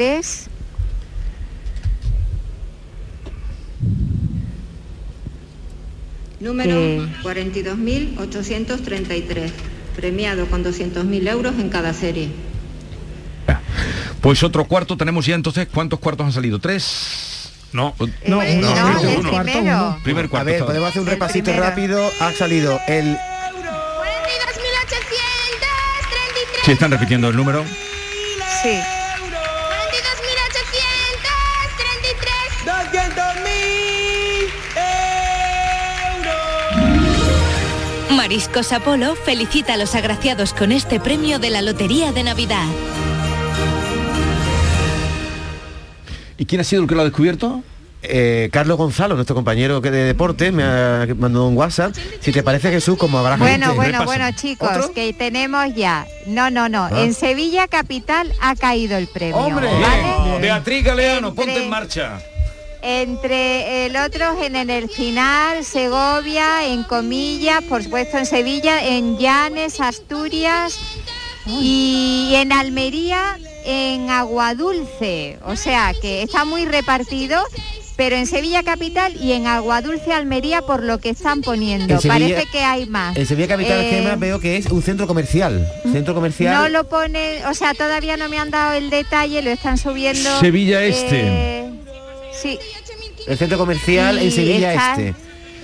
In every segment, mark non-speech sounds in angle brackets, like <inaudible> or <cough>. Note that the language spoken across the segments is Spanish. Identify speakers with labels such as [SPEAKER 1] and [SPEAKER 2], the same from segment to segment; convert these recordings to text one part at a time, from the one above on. [SPEAKER 1] 3.
[SPEAKER 2] Número 42.833, premiado con 200.000 euros en cada serie.
[SPEAKER 3] Pues otro cuarto tenemos ya entonces, ¿cuántos cuartos han salido? ¿Tres?
[SPEAKER 4] No,
[SPEAKER 3] no,
[SPEAKER 1] Eh,
[SPEAKER 3] uno,
[SPEAKER 1] no,
[SPEAKER 3] uno,
[SPEAKER 1] el
[SPEAKER 3] uno.
[SPEAKER 1] primero.
[SPEAKER 3] Uno. Primer
[SPEAKER 5] A
[SPEAKER 3] cuarto.
[SPEAKER 5] ver,
[SPEAKER 3] está.
[SPEAKER 5] podemos hacer un
[SPEAKER 1] El
[SPEAKER 5] repasito
[SPEAKER 1] primero.
[SPEAKER 5] rápido. Ha salido el
[SPEAKER 6] 42.833.
[SPEAKER 3] Sí, están repitiendo el número.
[SPEAKER 1] Sí.
[SPEAKER 6] 42.833.
[SPEAKER 7] 200.000 euros.
[SPEAKER 8] Mariscos Apolo felicita a los agraciados con este premio de la Lotería de Navidad.
[SPEAKER 3] ¿Y quién ha sido el que lo ha descubierto?
[SPEAKER 5] eh, Carlos Gonzalo, nuestro compañero que de deportes, me ha mandado un WhatsApp. Si te parece Jesús, como habrá
[SPEAKER 1] Bueno,
[SPEAKER 5] Ah, gente.
[SPEAKER 1] bueno,
[SPEAKER 3] pasa.
[SPEAKER 1] bueno, chicos,
[SPEAKER 5] ¿Otro?
[SPEAKER 1] que tenemos ya. No, no, no.
[SPEAKER 5] Ah.
[SPEAKER 1] En Sevilla Capital ha caído el premio.
[SPEAKER 5] ¡Hombre!
[SPEAKER 1] ¿vale?
[SPEAKER 3] Bien. Beatriz Galeano,
[SPEAKER 1] Entre-
[SPEAKER 3] ponte en marcha.
[SPEAKER 1] Entre el otro, en el Encinar, Segovia, en Comillas, por supuesto en Sevilla, en Llanes, Asturias y en Almería, en Aguadulce. O sea que está muy repartido. Pero en Sevilla Capital y en Aguadulce, Almería, por lo que están poniendo.
[SPEAKER 5] En Sevilla-
[SPEAKER 1] Parece que hay más.
[SPEAKER 5] En Sevilla Capital
[SPEAKER 1] Eh, Mm.
[SPEAKER 5] Gema, veo que es un centro comercial. Centro comercial.
[SPEAKER 1] No lo pone, o sea, todavía no me han dado el detalle, lo están subiendo.
[SPEAKER 3] Sevilla Este.
[SPEAKER 1] eh, sí.
[SPEAKER 5] El centro comercial
[SPEAKER 1] y
[SPEAKER 5] en Sevilla
[SPEAKER 1] está-
[SPEAKER 5] Este.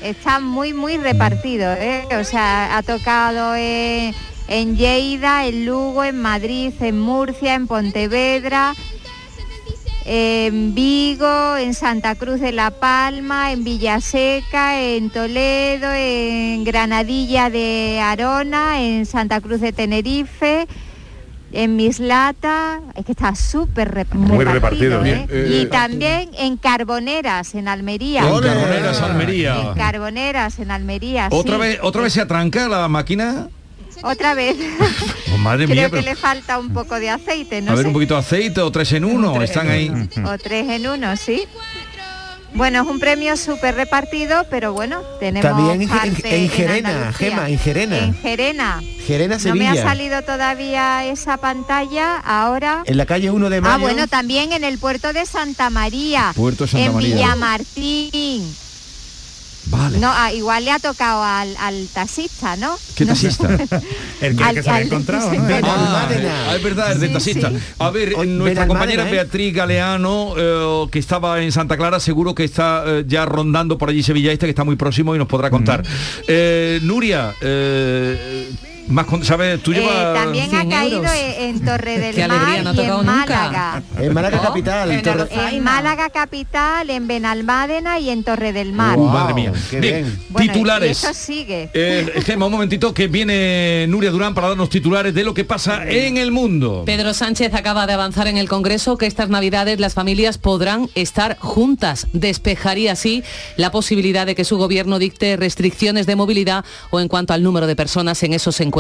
[SPEAKER 1] Está muy, muy repartido, ¿eh? O sea, ha tocado eh, en Lleida, en Lugo, en Madrid, en Murcia, en Pontevedra. En Vigo, en Santa Cruz de la Palma, en Villaseca, en Toledo, en Granadilla de Arona, en Santa Cruz de Tenerife, en Mislata, es que está súper rep-
[SPEAKER 4] Muy repartido.
[SPEAKER 1] repartido. ¿eh?
[SPEAKER 4] Bien, eh,
[SPEAKER 1] y también en Carboneras, en Almería.
[SPEAKER 3] En Carboneras,
[SPEAKER 1] En
[SPEAKER 3] Almería.
[SPEAKER 1] Carboneras, en Almería.
[SPEAKER 3] ¿Otra
[SPEAKER 1] sí.
[SPEAKER 3] vez, ¿Otra vez se atranca la máquina?
[SPEAKER 1] Otra vez.
[SPEAKER 3] Oh, madre
[SPEAKER 1] <laughs> Creo
[SPEAKER 3] mía,
[SPEAKER 1] que
[SPEAKER 3] pero-
[SPEAKER 1] le falta un poco de aceite, no
[SPEAKER 3] a ver,
[SPEAKER 1] sé.
[SPEAKER 3] un poquito de aceite o tres en uno. Están ahí.
[SPEAKER 1] O tres en uno, sí. Bueno, es un premio súper repartido, pero bueno, tenemos
[SPEAKER 5] También en-
[SPEAKER 1] parte
[SPEAKER 5] en- en Gerena,
[SPEAKER 1] Andalucía.
[SPEAKER 5] Gema, en Gerena.
[SPEAKER 1] En Gerena.
[SPEAKER 5] Gerena
[SPEAKER 1] No me
[SPEAKER 5] Sevilla.
[SPEAKER 1] ha salido todavía esa pantalla ahora.
[SPEAKER 5] En la calle 1 de Mayo.
[SPEAKER 1] Ah, bueno, también en el puerto de Santa María.
[SPEAKER 3] Puerto de Santa
[SPEAKER 1] en
[SPEAKER 3] María.
[SPEAKER 1] Villamartín.
[SPEAKER 3] Vale.
[SPEAKER 1] No, ah, igual le ha tocado al, al taxista, ¿no?
[SPEAKER 3] ¿Qué
[SPEAKER 1] No sé.
[SPEAKER 3] taxista?
[SPEAKER 4] <laughs> El que, el que se había
[SPEAKER 1] Al-
[SPEAKER 4] encontrado, ¿no?
[SPEAKER 5] al-
[SPEAKER 3] Ah,
[SPEAKER 5] Benalmádena.
[SPEAKER 3] eh, es verdad, es de
[SPEAKER 1] Sí,
[SPEAKER 3] taxista.
[SPEAKER 1] sí.
[SPEAKER 3] A ver,
[SPEAKER 5] Hoy,
[SPEAKER 3] nuestra
[SPEAKER 5] Benalmádena,
[SPEAKER 3] compañera
[SPEAKER 5] ¿eh?
[SPEAKER 3] Beatriz Galeano, eh, que estaba en Santa Clara, seguro que está eh, ya rondando por allí Sevilla Este, que está muy próximo y nos podrá contar. Eh, Nuria, eh, más con- ¿sabes? Tú
[SPEAKER 1] Eh,
[SPEAKER 3] llevas...
[SPEAKER 1] también ha
[SPEAKER 9] 100
[SPEAKER 1] caído e-,
[SPEAKER 9] euros.
[SPEAKER 1] en,
[SPEAKER 9] <laughs>
[SPEAKER 1] en Torre del
[SPEAKER 9] Qué alegría,
[SPEAKER 1] Mar
[SPEAKER 9] no ha
[SPEAKER 1] y en
[SPEAKER 9] tocado nunca.
[SPEAKER 1] Málaga.
[SPEAKER 5] En Málaga Capital.
[SPEAKER 9] en
[SPEAKER 5] Torre-
[SPEAKER 9] Arroz-
[SPEAKER 1] En Málaga capital, en Benalmádena y en Torre del Mar.
[SPEAKER 3] Uh,
[SPEAKER 5] Wow,
[SPEAKER 3] madre mía.
[SPEAKER 5] qué
[SPEAKER 3] Bien,
[SPEAKER 5] bien.
[SPEAKER 1] Bueno, y-
[SPEAKER 3] titulares.
[SPEAKER 1] y eso sigue.
[SPEAKER 3] Eh, Gemma, un momentito que viene Nuria Durán para darnos titulares de lo que pasa en el mundo.
[SPEAKER 9] Pedro Sánchez acaba de avanzar en el Congreso que estas Navidades las familias podrán estar juntas. Despejaría así la posibilidad de que su gobierno dicte restricciones de movilidad o en cuanto al número de personas en esos encuentros.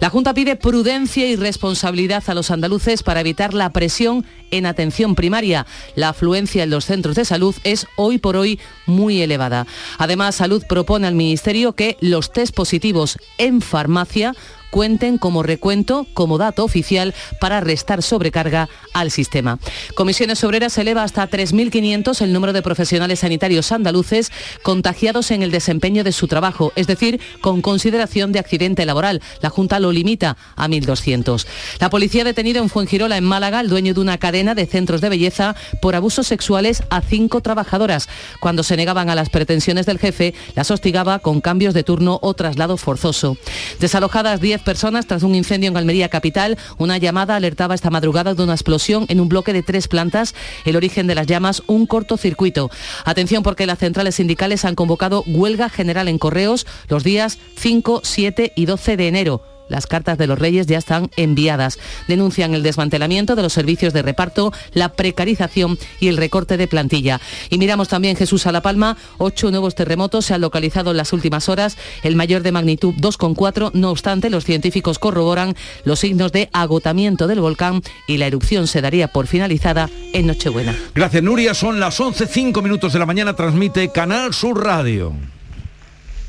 [SPEAKER 9] La Junta pide prudencia y responsabilidad a los andaluces para evitar la presión en atención primaria. La afluencia en los centros de salud es hoy por hoy muy elevada. Además, Salud propone al Ministerio que los test positivos en farmacia cuenten como recuento, como dato oficial, para restar sobrecarga al sistema. Comisiones Obreras eleva hasta 3.500 el número de profesionales sanitarios andaluces contagiados en el desempeño de su trabajo, es decir, con consideración de accidente laboral. La Junta lo limita a 1.200. La policía ha detenido en Fuengirola, en Málaga, al dueño de una cadena de centros de belleza por abusos sexuales a cinco trabajadoras. Cuando se negaban a las pretensiones del jefe, las hostigaba con cambios de turno o traslado forzoso. Desalojadas 10 personas tras un incendio en Almería Capital, una llamada alertaba esta madrugada de una explosión en un bloque de tres plantas, el origen de las llamas, un cortocircuito. Atención porque las centrales sindicales han convocado huelga general en correos los días 5, 7 y 12 de enero. Las cartas de los reyes ya están enviadas. Denuncian el desmantelamiento de los servicios de reparto, la precarización y el recorte de plantilla. Y miramos también Jesús a La Palma. Ocho nuevos terremotos se han localizado en las últimas horas, el mayor de magnitud 2,4. No obstante, los científicos corroboran los signos de agotamiento del volcán y la erupción se daría por finalizada en Nochebuena.
[SPEAKER 3] Gracias, Nuria. Son las 11.05 minutos de la mañana. Transmite Canal Sur Radio.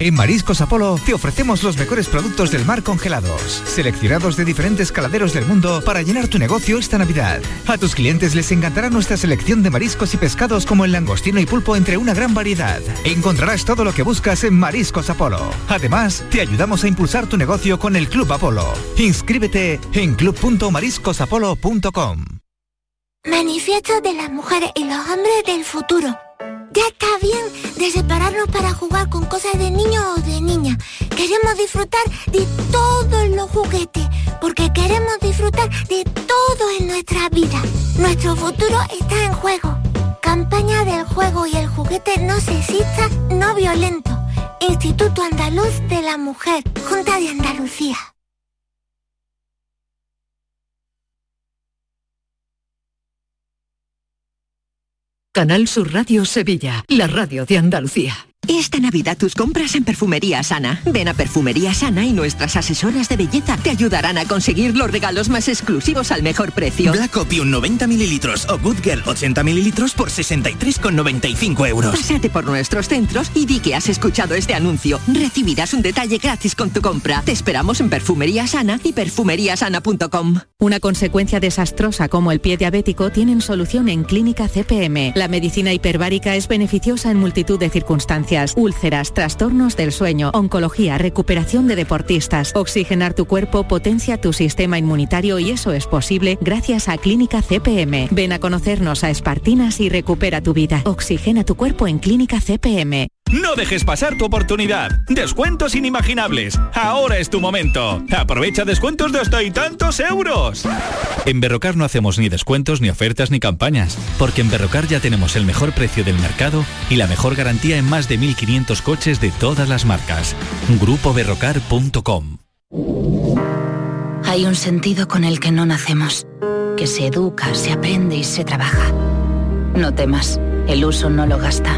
[SPEAKER 10] En Mariscos Apolo te ofrecemos los mejores productos del mar congelados, seleccionados de diferentes caladeros del mundo para llenar tu negocio esta Navidad. A tus clientes les encantará nuestra selección de mariscos y pescados como el langostino y pulpo entre una gran variedad. Encontrarás todo lo que buscas en Mariscos Apolo. Además, te ayudamos a impulsar tu negocio con el Club Apolo. Inscríbete en club.mariscosapolo.com.
[SPEAKER 2] Manifiesto de las mujeres y los hombres del futuro. Ya está bien de separarnos para jugar con cosas de niños o de niñas. Queremos disfrutar de todos los juguetes, porque queremos disfrutar de todo en nuestra vida. Nuestro futuro está en juego. Campaña del juego y el juguete no sexista, no violento. Instituto Andaluz de la Mujer, Junta de Andalucía.
[SPEAKER 11] Canal Sur Radio Sevilla, la radio de Andalucía.
[SPEAKER 12] Esta Navidad tus compras en Perfumería Sana. Ven a Perfumería Sana y nuestras asesoras de belleza te ayudarán a conseguir los regalos más exclusivos al mejor precio.
[SPEAKER 13] Black Opium 90 mililitros o Good Girl 80 mililitros por 63,95 euros.
[SPEAKER 12] Pásate por nuestros centros y di que has escuchado este anuncio. Recibirás un detalle gratis con tu compra. Te esperamos en Perfumería Sana y perfumeriasana.com.
[SPEAKER 14] Una consecuencia desastrosa como el pie diabético tienen solución en Clínica CPM. La medicina hiperbárica es beneficiosa en multitud de circunstancias úlceras, trastornos del sueño, oncología, recuperación de deportistas. Oxigenar tu cuerpo potencia tu sistema inmunitario y eso es posible gracias a Clínica CPM. Ven a conocernos a Espartinas y recupera tu vida. Oxigena tu cuerpo en Clínica CPM.
[SPEAKER 15] No dejes pasar tu oportunidad. Descuentos inimaginables. Ahora es tu momento. Aprovecha descuentos de hasta y tantos euros.
[SPEAKER 16] En Berrocar no hacemos ni descuentos, ni ofertas, ni campañas, porque en Berrocar ya tenemos el mejor precio del mercado y la mejor garantía en más de 1.500 coches de todas las marcas. GrupoBerrocar.com
[SPEAKER 17] Hay un sentido con el que no nacemos, que se educa, se aprende y se trabaja. No temas, el uso no lo gasta.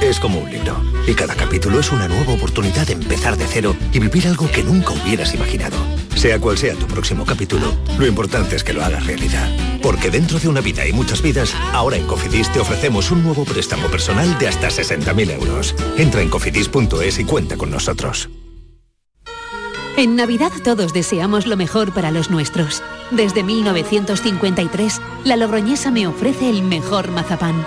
[SPEAKER 18] es como un libro y cada capítulo es una nueva oportunidad de empezar de cero y vivir algo que nunca hubieras imaginado. Sea cual sea tu próximo capítulo, lo importante es que lo hagas realidad. Porque dentro de una vida y muchas vidas, ahora en Cofidis te ofrecemos un nuevo préstamo personal de hasta 60.000 euros. Entra en cofidis.es y cuenta con nosotros.
[SPEAKER 8] En Navidad todos deseamos lo mejor para los nuestros. Desde 1953, la Logroñesa me ofrece el mejor mazapán.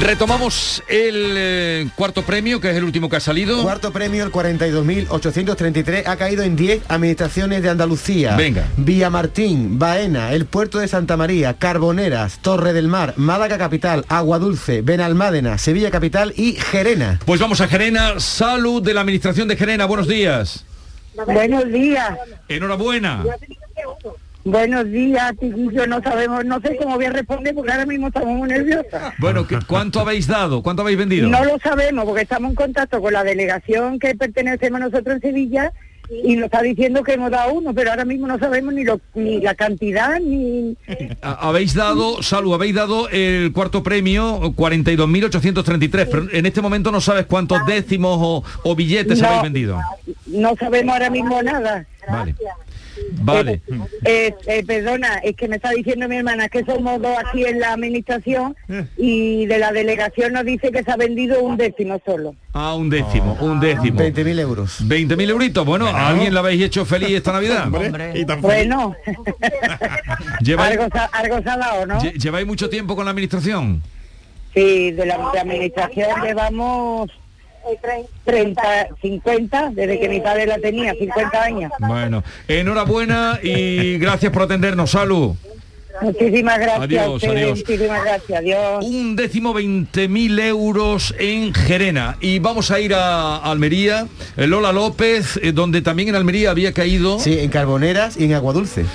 [SPEAKER 3] Retomamos el eh, cuarto premio, que es el último que ha salido.
[SPEAKER 5] Cuarto premio, el 42.833, ha caído en 10 administraciones de Andalucía.
[SPEAKER 3] Venga.
[SPEAKER 5] Villamartín, Baena, el puerto de Santa María, Carboneras, Torre del Mar, Málaga Capital, Agua Dulce, Benalmádena, Sevilla Capital y Gerena.
[SPEAKER 3] Pues vamos a Gerena, salud de la administración de Gerena, buenos días.
[SPEAKER 19] Buenos días.
[SPEAKER 3] Enhorabuena.
[SPEAKER 19] Buenos días, Tiquillo, no sabemos, no sé cómo voy a responder porque ahora mismo estamos muy nerviosos.
[SPEAKER 3] Bueno, ¿qué- ¿cuánto habéis dado? ¿Cuánto habéis vendido?
[SPEAKER 19] No lo sabemos porque estamos en contacto con la delegación que pertenecemos nosotros en Sevilla y nos está diciendo que hemos dado uno, pero ahora mismo no sabemos ni, lo, ni la cantidad, ni...
[SPEAKER 3] A- Habéis dado, Salu, habéis dado el cuarto premio, 42.833, pero en este momento no sabes cuántos décimos o, o billetes
[SPEAKER 19] No.
[SPEAKER 3] habéis vendido.
[SPEAKER 19] No sabemos ahora mismo nada.
[SPEAKER 3] Vale. Vale.
[SPEAKER 19] Eh, eh, perdona, es que me está diciendo mi hermana que somos dos aquí en la administración
[SPEAKER 3] Eh.
[SPEAKER 19] y de la delegación nos dice que se ha vendido un décimo solo.
[SPEAKER 3] Ah, un décimo, un décimo. 20.000 euros. 20.000 euritos. Bueno, a alguien la habéis hecho feliz esta Navidad.
[SPEAKER 19] Bueno,
[SPEAKER 3] ¿Lleváis,
[SPEAKER 19] algo, sa- algo se ha dado, ¿no?
[SPEAKER 3] lle- lleváis mucho tiempo con la administración?
[SPEAKER 19] Sí, de la, de administración llevamos 30, 50, desde que mi padre la tenía, 50 años.
[SPEAKER 3] Bueno, enhorabuena y gracias por atendernos, Salu.
[SPEAKER 19] Muchísimas gracias. a
[SPEAKER 3] Adiós,
[SPEAKER 19] ustedes,
[SPEAKER 3] adiós.
[SPEAKER 19] Muchísimas gracias, adiós.
[SPEAKER 3] Un décimo 20.000 euros en Gerena. Y vamos a ir a Almería, eh, Lola López, eh, donde también en Almería había caído... Sí, en Carboneras y en Aguadulce.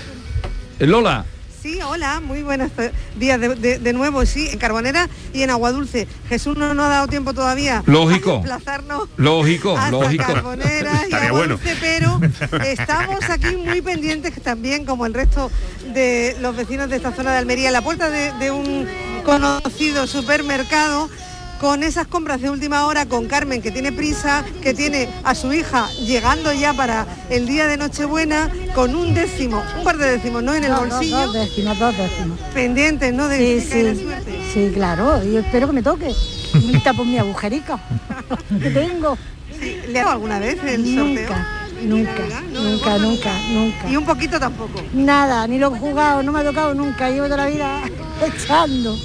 [SPEAKER 3] Lola,
[SPEAKER 20] Sí, hola, muy buenos días de, de- de nuevo, sí, en Carbonera y en Aguadulce. Jesús no nos ha dado tiempo todavía
[SPEAKER 3] Lógico.
[SPEAKER 20] a desplazarnos
[SPEAKER 3] lógico,
[SPEAKER 20] hasta
[SPEAKER 3] lógico.
[SPEAKER 20] Carbonera
[SPEAKER 3] <laughs>
[SPEAKER 20] y
[SPEAKER 3] Estaría bueno.
[SPEAKER 20] Aguadulce, pero estamos aquí muy pendientes que también, como el resto de los vecinos de esta zona de Almería, en la puerta de, de un conocido supermercado con esas compras de última hora, con Carmen que tiene prisa, que tiene a su hija llegando ya para el día de Nochebuena, con un décimo, un par de décimos, ¿no? En el
[SPEAKER 21] No, no,
[SPEAKER 20] bolsillo
[SPEAKER 21] Dos décimos, dos décimos.
[SPEAKER 20] pendientes, ¿no? De
[SPEAKER 21] Sí,
[SPEAKER 20] que caiga
[SPEAKER 21] sí.
[SPEAKER 20] suerte.
[SPEAKER 21] Sí, claro, yo espero que me toque. Me tapo mi
[SPEAKER 20] <laughs>
[SPEAKER 21] agujerico que tengo.
[SPEAKER 20] ¿Le hago alguna vez el
[SPEAKER 21] nunca,
[SPEAKER 20] sorteo?
[SPEAKER 21] Nunca, nunca, nunca, nunca.
[SPEAKER 20] Y un poquito tampoco.
[SPEAKER 21] Nada, ni lo he jugado, no me ha tocado nunca, llevo toda la vida <laughs> echando.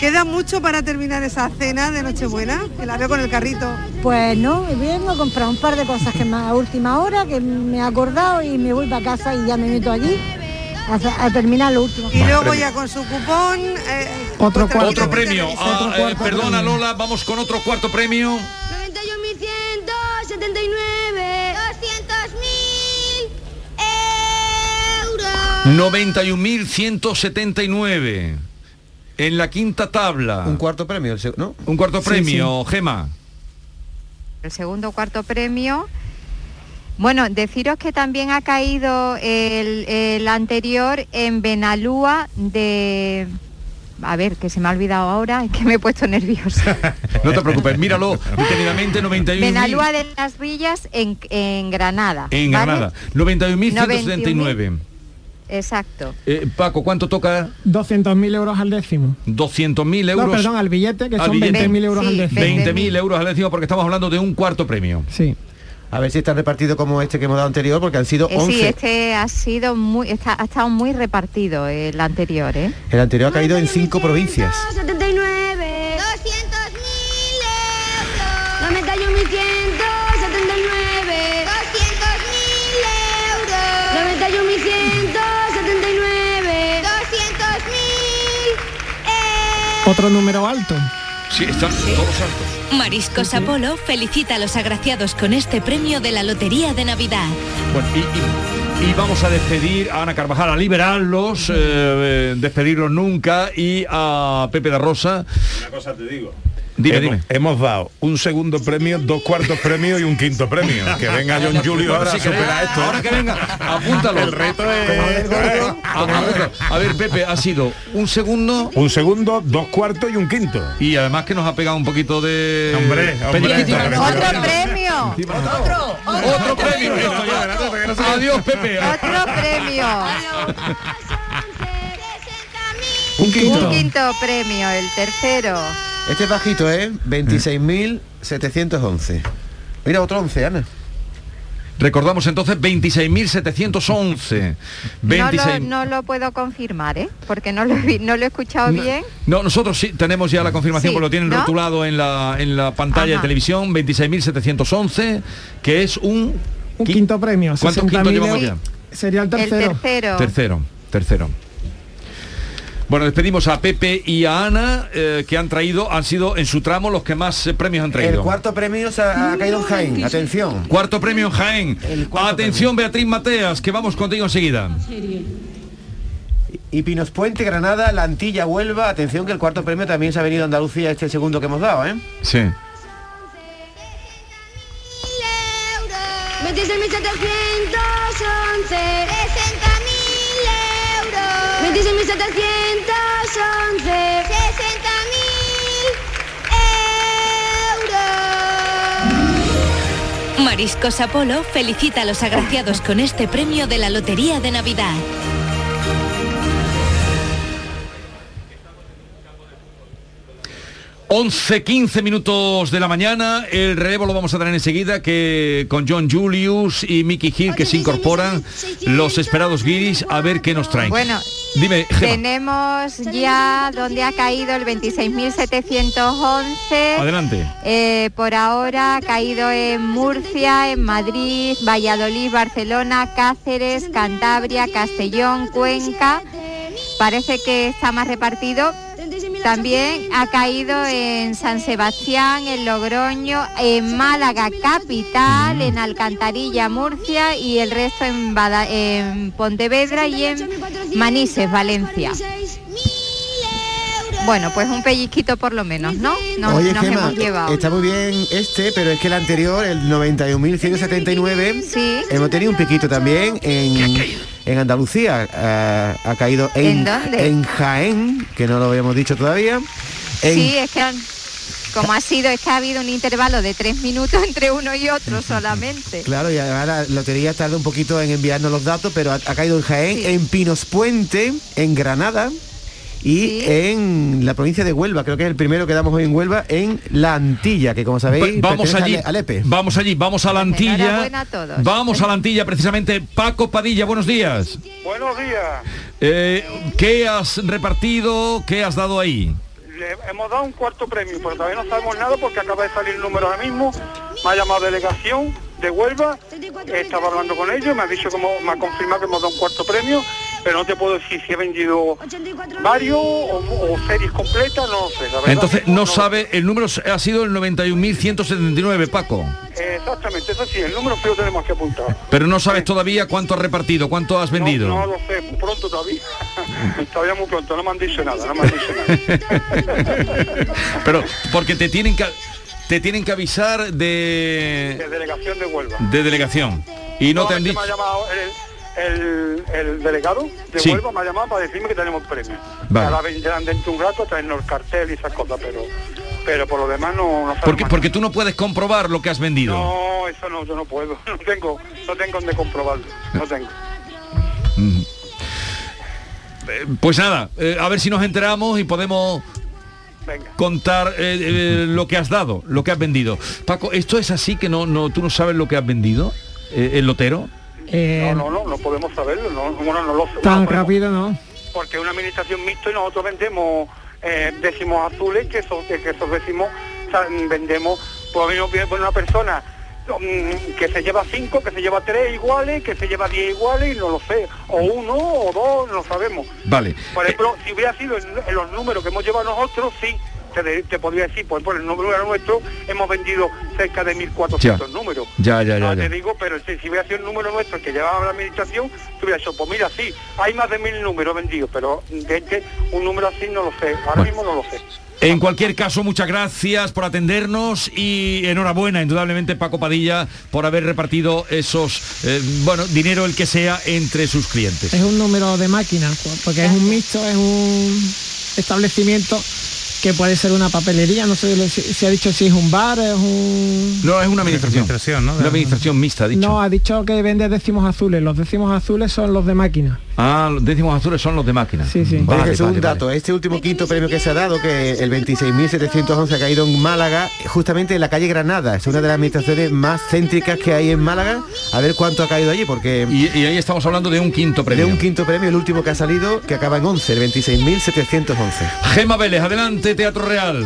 [SPEAKER 20] ¿Queda mucho para terminar esa cena de Nochebuena? Que la veo con el carrito.
[SPEAKER 21] Pues no, vengo a comprar un par de cosas que más a última hora, que me he acordado y me voy para casa y ya me meto allí a, a terminar lo último.
[SPEAKER 20] Y luego ya con su cupón... eh,
[SPEAKER 21] Otro
[SPEAKER 20] otra-
[SPEAKER 3] Otro premio. Ah,
[SPEAKER 21] Otro
[SPEAKER 3] eh,
[SPEAKER 21] cuarto
[SPEAKER 3] perdona
[SPEAKER 21] premio.
[SPEAKER 3] Lola, vamos con otro cuarto premio.
[SPEAKER 10] 179, 200 mil.
[SPEAKER 3] 91.179. En la quinta tabla. Un cuarto premio, ¿no? Un cuarto
[SPEAKER 1] Sí,
[SPEAKER 3] premio, Gema.
[SPEAKER 1] El segundo cuarto premio. Bueno, deciros que también ha caído el, el anterior en Benalúa de... A ver, que se me ha olvidado ahora, es que me he puesto nerviosa.
[SPEAKER 3] <laughs> No te preocupes, míralo detenidamente
[SPEAKER 1] <laughs>
[SPEAKER 3] 91.000
[SPEAKER 1] Benalúa de las Villas en, en Granada.
[SPEAKER 3] en
[SPEAKER 1] ¿vale?
[SPEAKER 3] Granada. 91.179.
[SPEAKER 1] Exacto.
[SPEAKER 3] Eh, Paco, ¿cuánto toca?
[SPEAKER 22] 200.000 euros al décimo.
[SPEAKER 3] 200.000 euros.
[SPEAKER 22] No, perdón, al billete, que
[SPEAKER 3] Al
[SPEAKER 22] son
[SPEAKER 3] billete.
[SPEAKER 22] 20.000 euros al décimo.
[SPEAKER 3] 20.000 euros al décimo porque estamos hablando de un cuarto premio.
[SPEAKER 22] Sí.
[SPEAKER 5] A ver si está repartido como este que hemos dado anterior, porque han sido
[SPEAKER 1] Eh, sí,
[SPEAKER 5] 11.
[SPEAKER 1] este ha sido muy, está, ha estado muy repartido eh, el anterior, ¿eh?
[SPEAKER 5] El anterior ha caído en cinco provincias.
[SPEAKER 10] 79, 200 mil euros. 91 mil 179, 200 mil euros. 91 mil 179, 200 mil.
[SPEAKER 22] Otro número alto.
[SPEAKER 3] Sí, están todos altos.
[SPEAKER 8] Mariscos Apolo felicita a los agraciados con este premio de la Lotería de Navidad.
[SPEAKER 3] Bueno, y, y- y vamos a despedir a Ana Carvajal, a liberarlos, eh, eh, despedirlos nunca y a Pepe de Rosa.
[SPEAKER 22] Una cosa te digo.
[SPEAKER 3] Dime,
[SPEAKER 22] hemos,
[SPEAKER 3] dime.
[SPEAKER 22] hemos dado un segundo premio, dos cuartos premios y un quinto premio. Que venga John <laughs> Julio
[SPEAKER 3] Bueno,
[SPEAKER 22] ahora
[SPEAKER 3] si
[SPEAKER 22] a superar
[SPEAKER 3] queréis,
[SPEAKER 22] esto. ¿eh?
[SPEAKER 3] Ahora que venga, apúntalo. El reto es... A ver, Pepe, ha sido un segundo...
[SPEAKER 22] Un segundo, dos cuartos y un quinto.
[SPEAKER 3] Y además que nos ha pegado un poquito de...
[SPEAKER 22] Hombre, hombre.
[SPEAKER 3] Pellizquito.
[SPEAKER 1] ¡Otro premio!
[SPEAKER 22] ¡Otro!
[SPEAKER 3] ¡Otro premio! Adiós, Pepe.
[SPEAKER 1] ¡Otro premio!
[SPEAKER 5] Un
[SPEAKER 1] Un quinto premio, el tercero.
[SPEAKER 5] Este es bajito, ¿eh? 26.711. Mira, otro 11, Ana.
[SPEAKER 3] Recordamos entonces 26.711.
[SPEAKER 1] No, lo,
[SPEAKER 3] 26...
[SPEAKER 1] no lo puedo confirmar, ¿eh? Porque no lo, he vi- no lo he escuchado bien.
[SPEAKER 3] No, nosotros sí tenemos ya la confirmación,
[SPEAKER 1] Sí,
[SPEAKER 3] porque lo tienen
[SPEAKER 1] ¿no?
[SPEAKER 3] rotulado en la, en la pantalla de
[SPEAKER 22] Ajá.
[SPEAKER 3] televisión, 26.711, que es un...
[SPEAKER 22] Un quinto premio.
[SPEAKER 3] ¿Cuántos quintos
[SPEAKER 22] 60.000
[SPEAKER 3] llevamos ya?
[SPEAKER 22] euros. Sería el tercero.
[SPEAKER 1] tercero.
[SPEAKER 3] Tercero, tercero. Bueno, despedimos a Pepe y a Ana, eh, que han traído, han sido en su tramo los que más eh, premios han traído.
[SPEAKER 5] El cuarto premio se ha, ha caído en Jaén. Atención.
[SPEAKER 3] Cuarto premio en Jaén. Atención, Beatriz Mateas, que vamos contigo enseguida.
[SPEAKER 5] Y Pinos Puente, Granada, La Antilla, Huelva. Atención que el cuarto premio también se ha venido a Andalucía, este segundo que hemos dado, ¿eh?
[SPEAKER 3] Sí.
[SPEAKER 10] 26 mil
[SPEAKER 6] 1711. 60 mil euros. 26.711. 60
[SPEAKER 8] Mariscos Apolo felicita a los agraciados con este premio de la Lotería de Navidad.
[SPEAKER 3] once 15 minutos de la mañana, el relevo lo vamos a tener enseguida que con John Julius y Mickey Hill que se incorporan los esperados guiris a ver qué nos traen.
[SPEAKER 1] Bueno,
[SPEAKER 3] dime, Gemma,
[SPEAKER 1] Tenemos ya donde ha caído el 26.711.
[SPEAKER 3] adelante.
[SPEAKER 1] Eh, por ahora ha caído en Murcia, en Madrid, Valladolid, Barcelona, Cáceres, Cantabria, Castellón, Cuenca. Parece que está más repartido. También ha caído en San Sebastián, en Logroño, en Málaga capital, en Alcantarilla, Murcia y el resto en, Bada- en Pontevedra y en Manises, Valencia. Bueno, pues un pellizquito por lo menos, ¿no? Nos,
[SPEAKER 5] Oye,
[SPEAKER 1] nos
[SPEAKER 5] Gemma, eh,
[SPEAKER 1] hemos llevado.
[SPEAKER 5] está muy bien este, pero es que el anterior, el 91.179, hemos tenido un piquito también en, en Andalucía. Ah, ha caído en,
[SPEAKER 1] ¿En dónde?
[SPEAKER 5] en Jaén, que no lo habíamos dicho todavía. eh, En-
[SPEAKER 1] Sí, es que han- como ha sido, es que ha habido un intervalo de tres minutos entre uno y otro solamente.
[SPEAKER 5] Claro, y además la lotería tarda un poquito en enviarnos los datos, pero ha, ha caído en Jaén, en Pinos Puente, en Granada y en la provincia de Huelva, creo que es el primero que damos hoy en Huelva, en La Antilla, que como sabéis,
[SPEAKER 3] Va- Pues vamos
[SPEAKER 5] pertenece E-,
[SPEAKER 3] allí,
[SPEAKER 5] a Le- a Lepe.
[SPEAKER 3] vamos allí, vamos a la Antilla,
[SPEAKER 5] enhorabuena a todos.
[SPEAKER 3] vamos a la Antilla precisamente. Paco Padilla, buenos días.
[SPEAKER 23] Buenos días.
[SPEAKER 3] Eh, ¿Qué has repartido? ¿Qué has dado ahí?
[SPEAKER 23] Le hemos dado un cuarto premio, pero todavía no sabemos nada porque acaba de salir el número ahora mismo. Me ha llamado delegación de Huelva, estaba hablando con ellos, me ha dicho como me ha confirmado que hemos dado un cuarto premio, pero no te puedo decir si he vendido varios o, o series completas, no sé, la verdad.
[SPEAKER 3] Entonces no sabe, el número ha sido el 91.179, Paco.
[SPEAKER 23] Exactamente, eso sí, el número sí lo tenemos que apuntar.
[SPEAKER 3] Pero no sabes todavía cuánto has repartido, cuánto has vendido.
[SPEAKER 23] No lo sé, muy pronto todavía. <laughs> todavía muy pronto, no me han dicho nada, no me han dicho nada.
[SPEAKER 3] <laughs> <laughs> Pero porque te tienen que te tienen que avisar
[SPEAKER 23] De
[SPEAKER 3] de
[SPEAKER 23] delegación de Huelva.
[SPEAKER 3] de delegación y no te han
[SPEAKER 23] es que
[SPEAKER 3] dicho.
[SPEAKER 23] este Me ha llamado el, el- el delegado de
[SPEAKER 3] Sí.
[SPEAKER 23] Huelva, me ha llamado para decirme que tenemos premio.
[SPEAKER 3] Vale.
[SPEAKER 23] Ahora vendrán dentro de un rato a traernos el cartel y esas cosas, pero pero por lo demás no, no
[SPEAKER 3] Porque
[SPEAKER 23] sabemos.
[SPEAKER 3] porque tú no puedes comprobar lo que has vendido.
[SPEAKER 23] No, eso no, yo no puedo. <laughs> No tengo, no tengo donde comprobarlo. No tengo.
[SPEAKER 3] Mm. Eh, Pues nada, eh, a ver si nos enteramos y podemos contar eh, eh, lo que has dado, lo que has vendido. Paco, esto es así que no, no, tú no sabes lo que has vendido, eh, el lotero.
[SPEAKER 23] no, no, no, no podemos saberlo. No, bueno, no lo
[SPEAKER 24] Tan
[SPEAKER 23] no podemos,
[SPEAKER 24] rápido, ¿no?
[SPEAKER 23] Porque es una administración mixta y nosotros vendemos eh, décimos azules, que esos, que esos décimos o sea, vendemos, pues, por venir una persona mm, que se lleva cinco, que se lleva tres iguales, que se lleva diez iguales, y no lo sé, o uno o dos, no sabemos.
[SPEAKER 3] Vale.
[SPEAKER 23] Por ejemplo, si hubiera sido en, en los números que hemos llevado nosotros, sí, te, de- te podría decir, pues por el número nuestro hemos vendido cerca de 1.400
[SPEAKER 3] Ya.
[SPEAKER 23] números.
[SPEAKER 3] Ya, ya, ya,
[SPEAKER 23] Ah,
[SPEAKER 3] ya.
[SPEAKER 23] Te digo, pero si, si hubiera sido el número nuestro que llevaba la administración, te hubiera dicho, pues mira, sí, hay más de mil números vendidos, pero de este, un número así no lo sé, ahora mismo no lo sé.
[SPEAKER 3] En cualquier caso, muchas gracias por atendernos y enhorabuena, indudablemente, Paco Padilla, por haber repartido esos, eh, bueno, dinero el que sea entre sus clientes.
[SPEAKER 24] Es un número de máquina, porque es un mixto, es un establecimiento que puede ser una papelería, no sé si si ha dicho si es un bar, es un...
[SPEAKER 3] No, es una administración. Una administración mixta, ha dicho.
[SPEAKER 24] No, ha dicho que vende décimos azules, los décimos azules son los de máquina.
[SPEAKER 3] Ah, los décimos azules son los de máquina. Sí, sí.
[SPEAKER 5] Oye, Jesús, un dato, este último quinto premio que se ha dado, que el 26.711 ha caído en Málaga, justamente en la calle Granada, es una de las administraciones más céntricas que hay en Málaga, a ver cuánto ha caído allí, porque...
[SPEAKER 3] Y, ahí estamos hablando de un quinto premio.
[SPEAKER 5] De un quinto premio, el último que ha salido, que acaba en 11, el 26.711.
[SPEAKER 3] Gema Vélez, adelante, Teatro Real.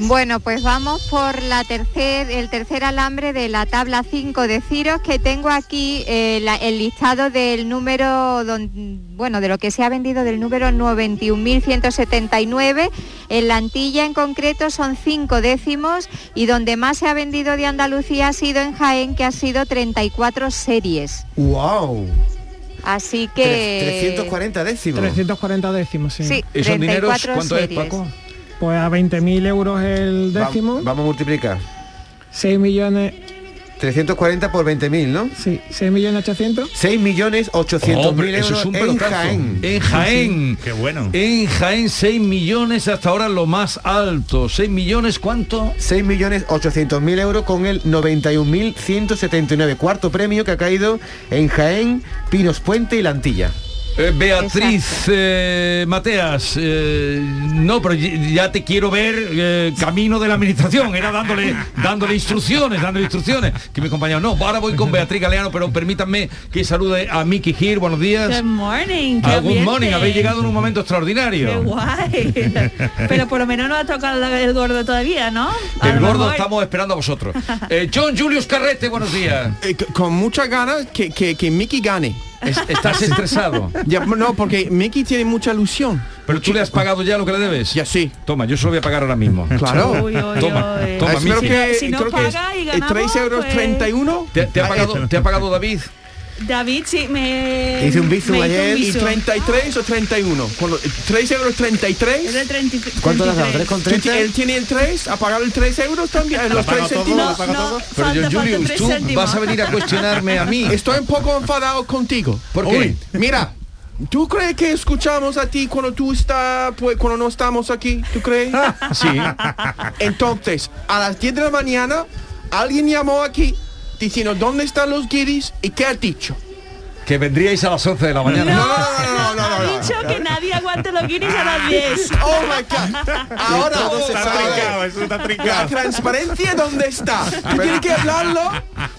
[SPEAKER 1] Bueno, pues vamos por la tercer, el tercer alambre de la tabla 5. Deciros que tengo aquí eh, la- el listado del número, don- bueno, de lo que se ha vendido del número 91.179. En la Antilla en concreto son cinco décimos y donde más se ha vendido de Andalucía ha sido en Jaén, que ha sido 34 series.
[SPEAKER 5] ¡Wow!
[SPEAKER 1] Así que...
[SPEAKER 5] 340 décimos.
[SPEAKER 24] 340 décimos, sí.
[SPEAKER 1] Sí, ¿Y son dineros? 34 ¿Cuánto es, series. Paco?
[SPEAKER 24] Pues a 20.000 euros el décimo,
[SPEAKER 5] Vamos a multiplicar.
[SPEAKER 24] 6 millones...
[SPEAKER 5] 340 por 20.000, ¿no?
[SPEAKER 24] Sí, 6 millones 800.
[SPEAKER 5] 6 millones 800 mil
[SPEAKER 3] Hombre,
[SPEAKER 5] euros
[SPEAKER 3] eso es un
[SPEAKER 5] en
[SPEAKER 3] pelotazo.
[SPEAKER 5] Jaén.
[SPEAKER 3] En Jaén. Qué bueno. En Jaén 6 millones hasta ahora lo más alto. 6 millones, ¿cuánto?
[SPEAKER 5] 6 millones 800 mil euros con el 91.179 cuarto premio que ha caído en Jaén, Pinos Puente y Lantilla.
[SPEAKER 3] Eh, Beatriz eh, Mateas, eh, no, pero y- ya te quiero ver eh, camino de la administración, era dándole, dándole instrucciones, dándole instrucciones, que mi compañero, no, ahora voy con Beatriz Galeano, pero permítanme que salude a Miki Gir, buenos días.
[SPEAKER 25] Good morning. qué
[SPEAKER 3] Ah, good morning,
[SPEAKER 25] ambiente.
[SPEAKER 3] habéis llegado en un momento extraordinario.
[SPEAKER 25] Qué
[SPEAKER 3] <laughs>
[SPEAKER 25] guay. Pero por lo menos no ha tocado la- el gordo todavía, ¿no? A
[SPEAKER 3] El
[SPEAKER 25] lo
[SPEAKER 3] gordo
[SPEAKER 25] mejor.
[SPEAKER 3] estamos esperando a vosotros. Eh, John Julius Carrete, buenos días.
[SPEAKER 26] Eh, c- con muchas ganas que, que, que Mickey gane.
[SPEAKER 3] Es-
[SPEAKER 26] <laughs>
[SPEAKER 3] estás estresado.
[SPEAKER 26] Ya, no, porque Mickey tiene mucha ilusión.
[SPEAKER 3] Pero tú le has pagado ya lo que le debes. Ya sí. Toma, yo se lo voy a pagar ahora mismo.
[SPEAKER 26] Claro.
[SPEAKER 3] Toma,
[SPEAKER 26] Uy, uy,
[SPEAKER 3] toma,
[SPEAKER 26] uy.
[SPEAKER 3] toma,
[SPEAKER 26] Espero
[SPEAKER 3] Miki.
[SPEAKER 26] que- Si no creo que es- paga y es ganamos, 3 euros pues- 31.
[SPEAKER 3] ¿Te, te ha pagado, te ha pagado David?
[SPEAKER 25] David, sí, me... me hizo un
[SPEAKER 26] y
[SPEAKER 25] bizum.
[SPEAKER 26] 33 o 31. Cuando, 3 euros 33.
[SPEAKER 25] Es de 30
[SPEAKER 26] ¿Cuánto le has dado? ¿Tres con
[SPEAKER 25] 33.
[SPEAKER 26] Tú ti- 30? él tiene el 3, ha pagado el 3 euros también. eh,
[SPEAKER 3] ¿Lo
[SPEAKER 26] Los
[SPEAKER 3] paga
[SPEAKER 26] 3
[SPEAKER 3] todo? ¿Lo
[SPEAKER 26] céntimos.
[SPEAKER 3] paga No, todo? no, Pero yo, falta- Julius, falta tú tres céntimos. vas a venir a cuestionarme a mí.
[SPEAKER 26] Estoy un poco enfadado contigo.
[SPEAKER 3] ¿Por qué?
[SPEAKER 26] mira. ¿Tú crees que escuchamos a ti cuando tú estás, pues, cuando no estamos aquí? ¿Tú crees?
[SPEAKER 3] <laughs> sí.
[SPEAKER 26] Entonces, a las 10 de la mañana, alguien llamó aquí diciendo, ¿dónde están los guiris? ¿Y qué has dicho?
[SPEAKER 3] Que vendríais a las 11 de la mañana.
[SPEAKER 26] no, no, no, no.
[SPEAKER 25] Ha dicho que nadie aguante los guiris a las 10.
[SPEAKER 26] <laughs> Oh my God. Ahora no se sabe. La transparencia dónde está. Tú tienes que hablarlo.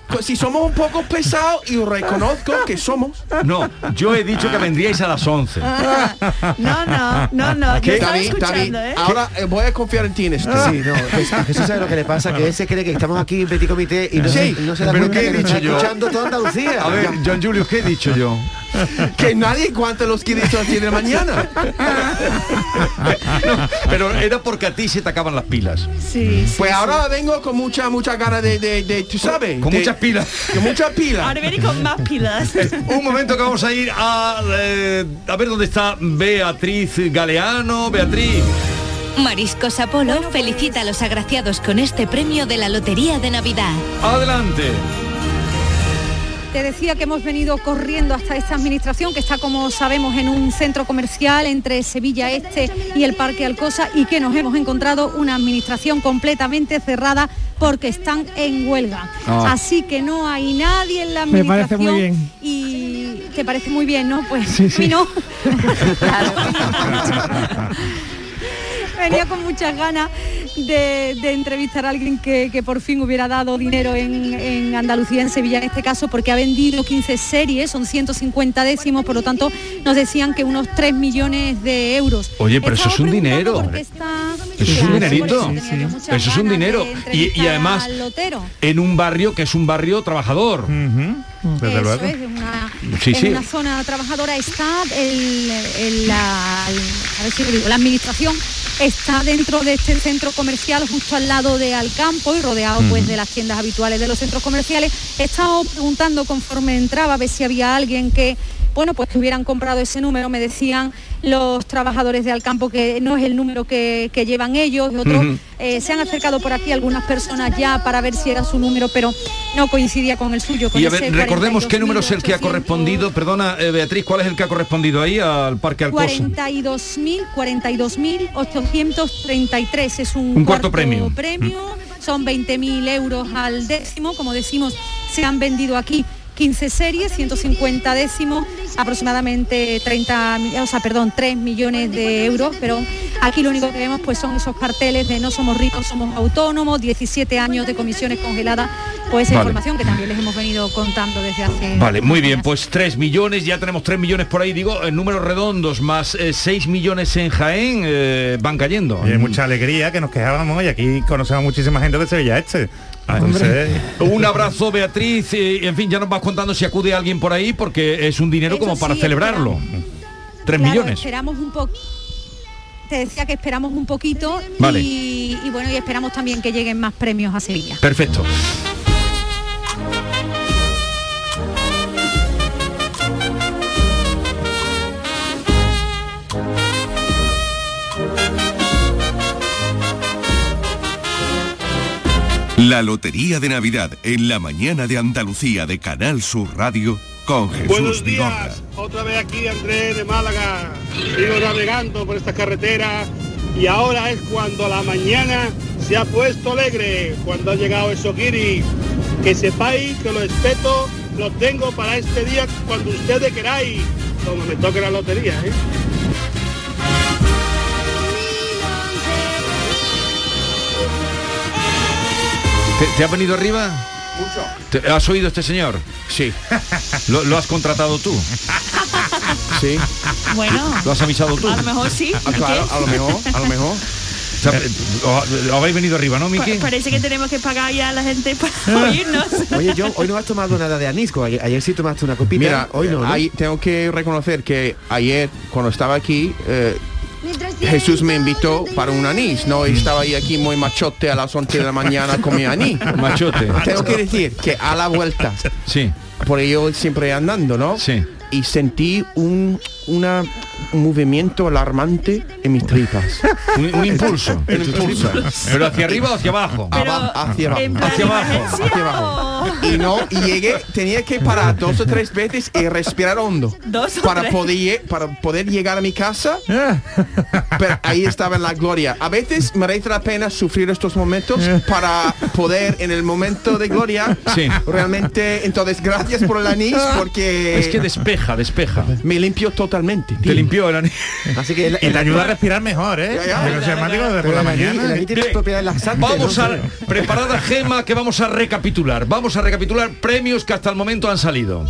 [SPEAKER 26] co- Si somos un poco pesados y reconozco que somos.
[SPEAKER 3] No, yo he dicho que vendríais a las 11.
[SPEAKER 26] No,
[SPEAKER 25] Ah, no,
[SPEAKER 26] <laughs>
[SPEAKER 25] no, no,
[SPEAKER 5] yo estaba escuchando, ¿eh?
[SPEAKER 26] Ahora eh, voy a confiar en ti en esto.
[SPEAKER 5] Sí, no, Jesús- a Jesús sabe lo que le pasa, que él se cree que estamos aquí en Petit Comité y no,
[SPEAKER 26] Sí,
[SPEAKER 5] se, no se da
[SPEAKER 26] pero
[SPEAKER 5] cuenta
[SPEAKER 26] ¿qué he
[SPEAKER 5] que nos
[SPEAKER 26] dicho
[SPEAKER 5] está
[SPEAKER 26] yo?
[SPEAKER 5] escuchando toda Andalucía.
[SPEAKER 26] A ver,
[SPEAKER 3] John Julius, ¿qué he
[SPEAKER 26] <laughs>
[SPEAKER 3] dicho yo? <laughs>
[SPEAKER 26] Que nadie cuenta los que he dicho a las 10 de la mañana.
[SPEAKER 3] No, pero era porque a ti se te acaban las pilas.
[SPEAKER 26] pues ahora vengo con mucha, mucha gana de, de, de- tú sabes.
[SPEAKER 3] Con
[SPEAKER 26] de-
[SPEAKER 3] muchas pilas.
[SPEAKER 26] Con muchas pilas.
[SPEAKER 25] Ahora viene con más
[SPEAKER 26] <laughs>
[SPEAKER 25] pilas.
[SPEAKER 3] Un momento que vamos a ir a, eh, a ver dónde está Beatriz Galeano. Beatriz.
[SPEAKER 8] Mariscos Apolo
[SPEAKER 24] pues,
[SPEAKER 8] felicita a los agraciados con este premio de la Lotería de Navidad.
[SPEAKER 3] Adelante.
[SPEAKER 27] Te decía que hemos venido corriendo hasta esta administración que está, como sabemos, en un centro comercial entre Sevilla Este y el Parque Alcosa y que nos hemos encontrado una administración completamente cerrada porque están en huelga.
[SPEAKER 24] Ah.
[SPEAKER 27] Así que no hay nadie en la
[SPEAKER 24] Me parece
[SPEAKER 27] administración.
[SPEAKER 24] muy bien.
[SPEAKER 27] Y te parece muy bien, ¿no? Pues
[SPEAKER 24] Sí, sí.
[SPEAKER 27] a mí no. <laughs> Venía con muchas ganas de, de entrevistar a alguien que, que por fin hubiera dado dinero en, en Andalucía, en Sevilla en este caso, porque ha vendido 15 series, son 150 décimos, por lo tanto nos decían que unos 3 millones de euros.
[SPEAKER 3] Oye, pero eso es un dinero.
[SPEAKER 27] Está-
[SPEAKER 3] Eso es
[SPEAKER 27] Claro,
[SPEAKER 3] un dinerito.
[SPEAKER 27] por eso tenía yo muchas
[SPEAKER 3] Eso es un
[SPEAKER 27] ganas
[SPEAKER 3] dinero. Y,
[SPEAKER 27] de
[SPEAKER 3] y
[SPEAKER 27] entrevistar
[SPEAKER 3] además,
[SPEAKER 27] al lotero.
[SPEAKER 3] en un barrio que es un barrio trabajador.
[SPEAKER 27] Eso es, en una,
[SPEAKER 3] Sí,
[SPEAKER 27] en
[SPEAKER 3] sí.
[SPEAKER 27] una zona trabajadora está el, el- la, el- a ver si lo digo, la administración está dentro de este centro comercial justo al lado de Alcampo y rodeado pues
[SPEAKER 28] Ujú.
[SPEAKER 27] de las tiendas habituales de los centros comerciales. He estado preguntando conforme entraba a ver si había alguien que bueno, pues que hubieran comprado ese número, me decían los trabajadores de Alcampo que no es el número que, que llevan ellos, y otros
[SPEAKER 28] Ujú.
[SPEAKER 27] eh, se han acercado por aquí algunas personas ya para ver si era su número, pero no coincidía con el suyo. con
[SPEAKER 3] Y a
[SPEAKER 27] ese
[SPEAKER 3] ver, recordemos qué
[SPEAKER 27] 42.000.
[SPEAKER 3] número es el que ha correspondido, perdona eh, Beatriz, ¿cuál es el que ha correspondido ahí al Parque Alcosa?
[SPEAKER 27] 42.000, 42.833 es un,
[SPEAKER 3] Un cuarto premio.
[SPEAKER 27] son 20.000 euros al décimo, como decimos, se han vendido aquí 15 series, 150 décimos, aproximadamente 30, mi- o sea, perdón, 3 millones de euros, pero aquí lo único que vemos pues son esos carteles de no somos ricos, somos autónomos, 17 años de comisiones congeladas, pues esa
[SPEAKER 3] Vale.
[SPEAKER 27] información que también les hemos venido contando desde hace
[SPEAKER 3] Vale, muy bien, pues 3 millones, ya tenemos 3 millones por ahí, digo, en números redondos, más 6 millones en Jaén, eh, van cayendo.
[SPEAKER 18] Oye, mucha alegría que nos quejábamos y aquí conocemos muchísima gente de Sevilla Este.
[SPEAKER 22] Ah,
[SPEAKER 18] Entonces,
[SPEAKER 3] Ah, Un abrazo Beatriz, eh, en fin, ya nos vas contando si acude alguien por ahí porque es un dinero
[SPEAKER 27] Eso
[SPEAKER 3] como para
[SPEAKER 27] sí,
[SPEAKER 3] celebrarlo. 3
[SPEAKER 27] Claro,
[SPEAKER 3] millones.
[SPEAKER 27] Esperamos un poco. Te decía que esperamos un poquito
[SPEAKER 3] Vale.
[SPEAKER 27] y, y bueno, y esperamos también que lleguen más premios a Sevilla.
[SPEAKER 3] Perfecto.
[SPEAKER 28] La Lotería de Navidad en la mañana de Andalucía de Canal Sur Radio con Jesús
[SPEAKER 29] Buenos
[SPEAKER 28] Vigorra.
[SPEAKER 29] días, otra vez aquí Andrés de Málaga. Sigo navegando por estas carreteras y ahora es cuando la mañana se ha puesto alegre, cuando ha llegado el Soquiri. Que sepáis que los respeto los tengo para este día cuando ustedes queráis, como me toque la lotería. ¿eh?
[SPEAKER 3] ¿Te, te has venido arriba?
[SPEAKER 26] Mucho.
[SPEAKER 3] ¿Te- ¿Has oído este señor? Sí. ¿Lo, lo has contratado tú? Sí.
[SPEAKER 25] Bueno.
[SPEAKER 3] ¿Lo has avisado tú?
[SPEAKER 25] A lo mejor sí.
[SPEAKER 3] Ah,
[SPEAKER 25] ¿y
[SPEAKER 3] claro,
[SPEAKER 25] qué?
[SPEAKER 3] a lo mejor, a lo
[SPEAKER 25] <laughs>
[SPEAKER 3] mejor. O sea, eh, o- o habéis venido arriba, ¿no,
[SPEAKER 25] Pa-
[SPEAKER 3] Miki?
[SPEAKER 25] parece que tenemos que pagar ya a la gente para oírnos.
[SPEAKER 5] Oye, yo hoy no has tomado nada de anisco. Ayer, ayer sí tomaste una copita.
[SPEAKER 26] Mira,
[SPEAKER 5] hoy no. ¿no?
[SPEAKER 26] ahí tengo que reconocer que ayer cuando estaba aquí eh, Jesús me invitó para un anís, no
[SPEAKER 3] Mm.
[SPEAKER 26] estaba ahí aquí muy machote a las 11 de la mañana con mi anís.
[SPEAKER 3] <laughs> Machote.
[SPEAKER 26] Tengo que decir que a la vuelta.
[SPEAKER 3] Sí.
[SPEAKER 26] Por ello siempre andando, ¿no?
[SPEAKER 3] Sí.
[SPEAKER 26] Y sentí un una un movimiento alarmante en mis tripas.
[SPEAKER 3] Un, un impulso.
[SPEAKER 26] <laughs> Un impulso.
[SPEAKER 3] ¿Pero hacia arriba o hacia abajo?
[SPEAKER 26] Aba- hacia abajo.
[SPEAKER 3] Hacia abajo.
[SPEAKER 26] Hacia abajo. Y no, y llegué, tenía que parar dos o tres veces y respirar hondo.
[SPEAKER 25] Dos o
[SPEAKER 26] para
[SPEAKER 25] tres.
[SPEAKER 26] poder lle- para poder llegar a mi casa. Pero ahí estaba la gloria. A veces merece la pena sufrir estos momentos para poder en el momento de gloria
[SPEAKER 3] Sí.
[SPEAKER 26] realmente. Entonces, gracias por el anís porque
[SPEAKER 3] Es que despeja, despeja.
[SPEAKER 26] me limpió totalmente.
[SPEAKER 3] Te limpió el anís.
[SPEAKER 26] Así que
[SPEAKER 18] Y te ayuda a respirar mejor, ¿eh? Pero se llama, digo, de por la mañana.
[SPEAKER 3] Bien. Vamos
[SPEAKER 25] <laughs>
[SPEAKER 3] a preparada gema que vamos a recapitular. Vamos a recapitular premios que hasta el momento han salido.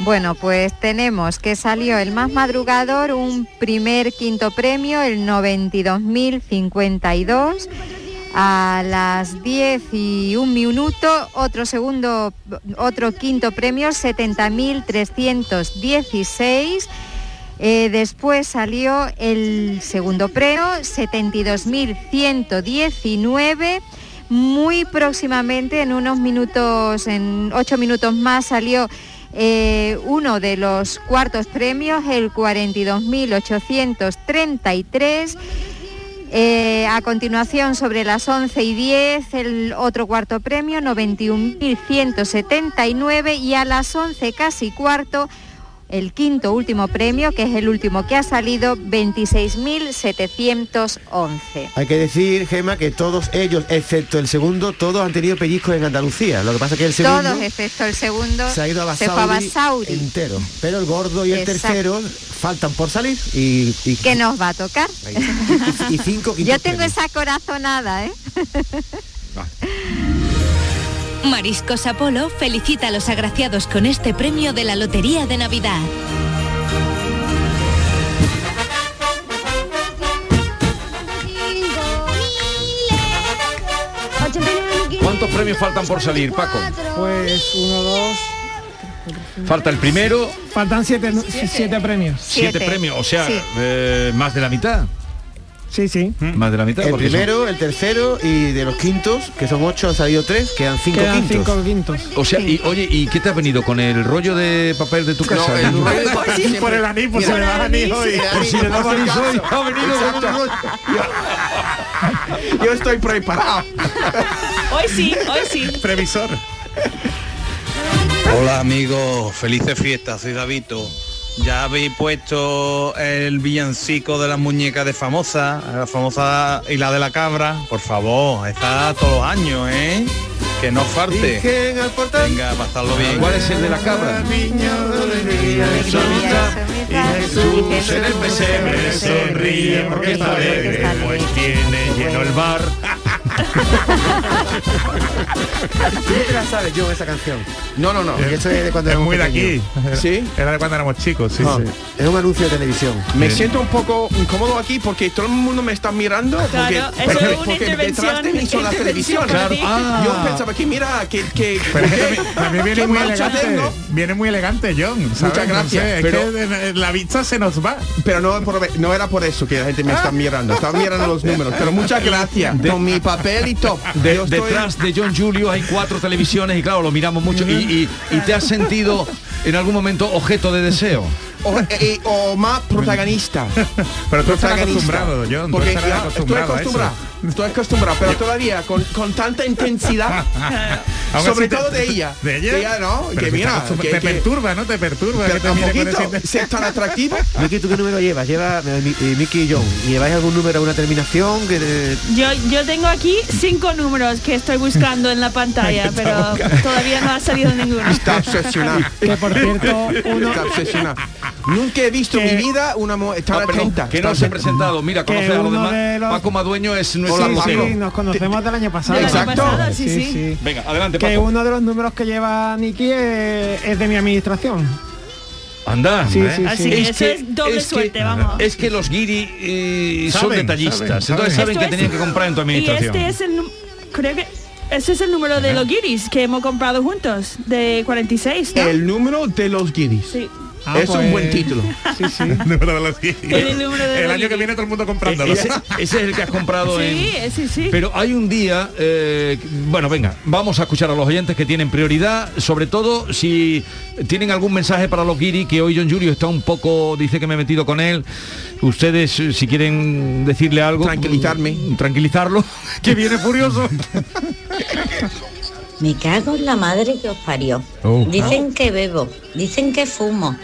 [SPEAKER 1] Bueno, pues tenemos que salió el más madrugador, un primer quinto premio, el 92.052. A las 10 y un minuto, otro segundo, otro quinto premio, 70.316. Eh, después salió el segundo premio, 72.119. Muy próximamente, en unos minutos, en ocho minutos más, salió eh, uno de los cuartos premios, el 42.833. Eh, a continuación, sobre las 11 y 10, el otro cuarto premio, 91.179. Y a las 11 casi cuarto, el quinto último premio, que es el último que ha salido, 26.711.
[SPEAKER 5] Hay que decir, Gema, que todos ellos, excepto el segundo, todos han tenido pellizcos en Andalucía. Lo que pasa es que el segundo
[SPEAKER 1] Todos, excepto el segundo,
[SPEAKER 5] se ha ido a
[SPEAKER 1] se fue a
[SPEAKER 5] Basauri
[SPEAKER 1] Basauri.
[SPEAKER 5] entero. Pero el gordo y el
[SPEAKER 1] Exacto.
[SPEAKER 5] tercero faltan por salir y, y-
[SPEAKER 1] que nos va a tocar.
[SPEAKER 5] y cinco quintos
[SPEAKER 1] <laughs> Yo tengo esa corazonada, ¿eh?
[SPEAKER 8] Mariscos Apolo felicita a los agraciados con este premio de la Lotería de Navidad.
[SPEAKER 3] ¿Cuántos premios faltan por salir, Paco?
[SPEAKER 24] Pues uno, dos.
[SPEAKER 3] Falta el primero,
[SPEAKER 24] Faltan siete, nu- siete. premios.
[SPEAKER 3] siete, premios, o sea, eh, más de la mitad.
[SPEAKER 24] Sí, sí.
[SPEAKER 3] Más de la mitad.
[SPEAKER 5] El
[SPEAKER 3] porque son-
[SPEAKER 5] primero, el tercero y de los quintos, que son ocho, han salido tres, quedan cinco
[SPEAKER 24] Quedan
[SPEAKER 5] quintos.
[SPEAKER 24] cinco quintos.
[SPEAKER 3] O sea, y, oye, ¿y qué te has venido con el rollo de papel de tu casa?
[SPEAKER 26] el rollo de papel siempre-
[SPEAKER 18] Por el anís, por si
[SPEAKER 26] Mira,
[SPEAKER 18] le das anís hoy.
[SPEAKER 26] sí,
[SPEAKER 18] Por si le das
[SPEAKER 26] por si
[SPEAKER 18] anís
[SPEAKER 26] acaso.
[SPEAKER 18] hoy.
[SPEAKER 3] Ha venido
[SPEAKER 26] Exacto. Yo, yo estoy preparado.
[SPEAKER 25] Hoy sí, hoy sí.
[SPEAKER 18] Previsor.
[SPEAKER 30] Hola amigos, felices fiestas, soy Davito. Ya habéis puesto el villancico de las muñecas de famosa, la famosa y la de la cabra. Por favor, está todos los años, ¿eh? Que no falte. Venga, pasarlo bien.
[SPEAKER 3] ¿Cuál es el de la cabra?
[SPEAKER 18] Jesús en el pesebre sonríe porque está alegre, pues tiene lleno el bar.
[SPEAKER 5] <laughs> Tú no te la sabes yo esa canción.
[SPEAKER 26] No, no, no.
[SPEAKER 5] Eso es de cuando
[SPEAKER 18] es
[SPEAKER 5] éramos
[SPEAKER 18] muy de aquí.
[SPEAKER 5] pequeños.
[SPEAKER 26] Sí.
[SPEAKER 18] Era de cuando éramos chicos, sí,
[SPEAKER 5] Ah,
[SPEAKER 18] sí.
[SPEAKER 5] Es un anuncio de televisión.
[SPEAKER 26] Me
[SPEAKER 18] Bien.
[SPEAKER 26] siento un poco incómodo aquí porque todo el mundo me está mirando porque,
[SPEAKER 18] Claro, eso
[SPEAKER 26] porque-
[SPEAKER 18] es una
[SPEAKER 26] porque detrás de mí
[SPEAKER 18] intervención-
[SPEAKER 26] son las
[SPEAKER 18] intervención
[SPEAKER 26] televisiones.
[SPEAKER 18] para
[SPEAKER 5] Ah.
[SPEAKER 18] Claro. ti.
[SPEAKER 26] Yo pensaba que mira, que, que,
[SPEAKER 18] Pero es que
[SPEAKER 26] que-
[SPEAKER 18] también-
[SPEAKER 26] <laughs>
[SPEAKER 18] también viene
[SPEAKER 26] qué
[SPEAKER 18] muy
[SPEAKER 26] mancha
[SPEAKER 18] elegante.
[SPEAKER 26] tengo.
[SPEAKER 18] Viene muy elegante, John. ¿sabes?
[SPEAKER 26] Muchas
[SPEAKER 18] No
[SPEAKER 26] gracias,
[SPEAKER 18] sé, es
[SPEAKER 26] pero-
[SPEAKER 18] que de- la vista se nos va.
[SPEAKER 26] Pero no, por- no era por eso que la gente me está mirando, está mirando los números. Pero muchas gracias.
[SPEAKER 3] De-
[SPEAKER 26] Con mi papel y todo.
[SPEAKER 3] De-
[SPEAKER 26] Yo estoy-
[SPEAKER 3] Detrás de John Julio hay cuatro televisiones y claro, lo miramos mucho. Y, y- y te has sentido en algún momento objeto de deseo.
[SPEAKER 26] o, eh, o más protagonista.
[SPEAKER 22] <laughs> Pero tú estás
[SPEAKER 26] Protagonista.
[SPEAKER 22] acostumbrado, John. Tú
[SPEAKER 26] Porque
[SPEAKER 22] estás
[SPEAKER 26] ya estoy
[SPEAKER 22] acostumbrado a eso.
[SPEAKER 26] acostumbrado. Estoy acostumbrado, pero todavía con, con tanta intensidad,
[SPEAKER 22] <laughs> Aún
[SPEAKER 26] sobre
[SPEAKER 22] así te-
[SPEAKER 26] todo de ella.
[SPEAKER 22] ¿De ella?
[SPEAKER 26] Que ella no,
[SPEAKER 22] Pero
[SPEAKER 26] que
[SPEAKER 22] si
[SPEAKER 26] mira,
[SPEAKER 22] estás acostum-
[SPEAKER 26] que-
[SPEAKER 22] te
[SPEAKER 26] que-
[SPEAKER 22] perturba, ¿no? Te perturba. que
[SPEAKER 26] Pero
[SPEAKER 22] te
[SPEAKER 26] un
[SPEAKER 22] mire con
[SPEAKER 26] poquito,
[SPEAKER 22] ese-
[SPEAKER 26] si es tan atractivo.
[SPEAKER 5] <laughs> Miki, ¿tú qué número llevas? Lleva eh, Mi- eh, Miki y John. ¿Lleváis algún número, una terminación? Que de-
[SPEAKER 1] Ah,
[SPEAKER 25] Yo, yo tengo aquí cinco números que estoy buscando en
[SPEAKER 3] <laughs>
[SPEAKER 25] la pantalla, pero todavía no ha salido ninguno.
[SPEAKER 26] <laughs> Está obsesionada.
[SPEAKER 24] <laughs> Que por cierto, uno-
[SPEAKER 26] Está obsesionada. Nunca he visto en mi vida una mujer tan
[SPEAKER 3] Ah, perdón,
[SPEAKER 26] atenta.
[SPEAKER 3] que no os he presentado. Mira,
[SPEAKER 24] Que
[SPEAKER 3] conoce a los
[SPEAKER 24] uno
[SPEAKER 3] demás.
[SPEAKER 24] de los-
[SPEAKER 3] Paco Madueño es nuestro
[SPEAKER 24] Sí,
[SPEAKER 3] portero.
[SPEAKER 24] sí, nos conocemos del año pasado.
[SPEAKER 3] Del año Exacto. pasado,
[SPEAKER 24] Sí, sí.
[SPEAKER 3] Venga, adelante,
[SPEAKER 24] Que
[SPEAKER 3] Paco.
[SPEAKER 24] uno de los números que lleva Niki es, es de mi administración.
[SPEAKER 3] Anda,
[SPEAKER 24] Sí,
[SPEAKER 3] ¿eh?
[SPEAKER 24] sí, Así sí. que eso es doble
[SPEAKER 25] suerte, vamos.
[SPEAKER 3] Es que los guiri eh, son
[SPEAKER 22] Saben,
[SPEAKER 3] detallistas,
[SPEAKER 22] saben,
[SPEAKER 3] entonces saben
[SPEAKER 25] Esto
[SPEAKER 3] que
[SPEAKER 25] es-
[SPEAKER 3] tenían que comprar en tu administración.
[SPEAKER 25] Y este es el nu- creo que ese es el número de los guiris que hemos comprado juntos, de 46, ¿no?
[SPEAKER 26] El número de los guiris.
[SPEAKER 25] Sí.
[SPEAKER 3] Ah.
[SPEAKER 26] es un
[SPEAKER 3] pues.
[SPEAKER 26] buen título.
[SPEAKER 22] El número <laughs> de los guiris.
[SPEAKER 25] El número de
[SPEAKER 22] El
[SPEAKER 25] los
[SPEAKER 22] año que
[SPEAKER 25] guiris.
[SPEAKER 22] viene todo el mundo comprándolo.
[SPEAKER 3] E-, Ese, ese es el que has comprado en...
[SPEAKER 25] Sí, eh, sí, sí.
[SPEAKER 3] Pero hay un día, eh, bueno, venga, vamos a escuchar a los oyentes que tienen prioridad, sobre todo si tienen algún mensaje para los guiri, que hoy John Julio está un poco, dice que me he metido con él. Ustedes, eh, si quieren decirle algo... Tranquilizarme. Tranquilizarlo, <laughs> que viene furioso.
[SPEAKER 4] Me cago en la madre que os parió.
[SPEAKER 3] Oh.
[SPEAKER 4] Dicen que bebo, dicen que fumo,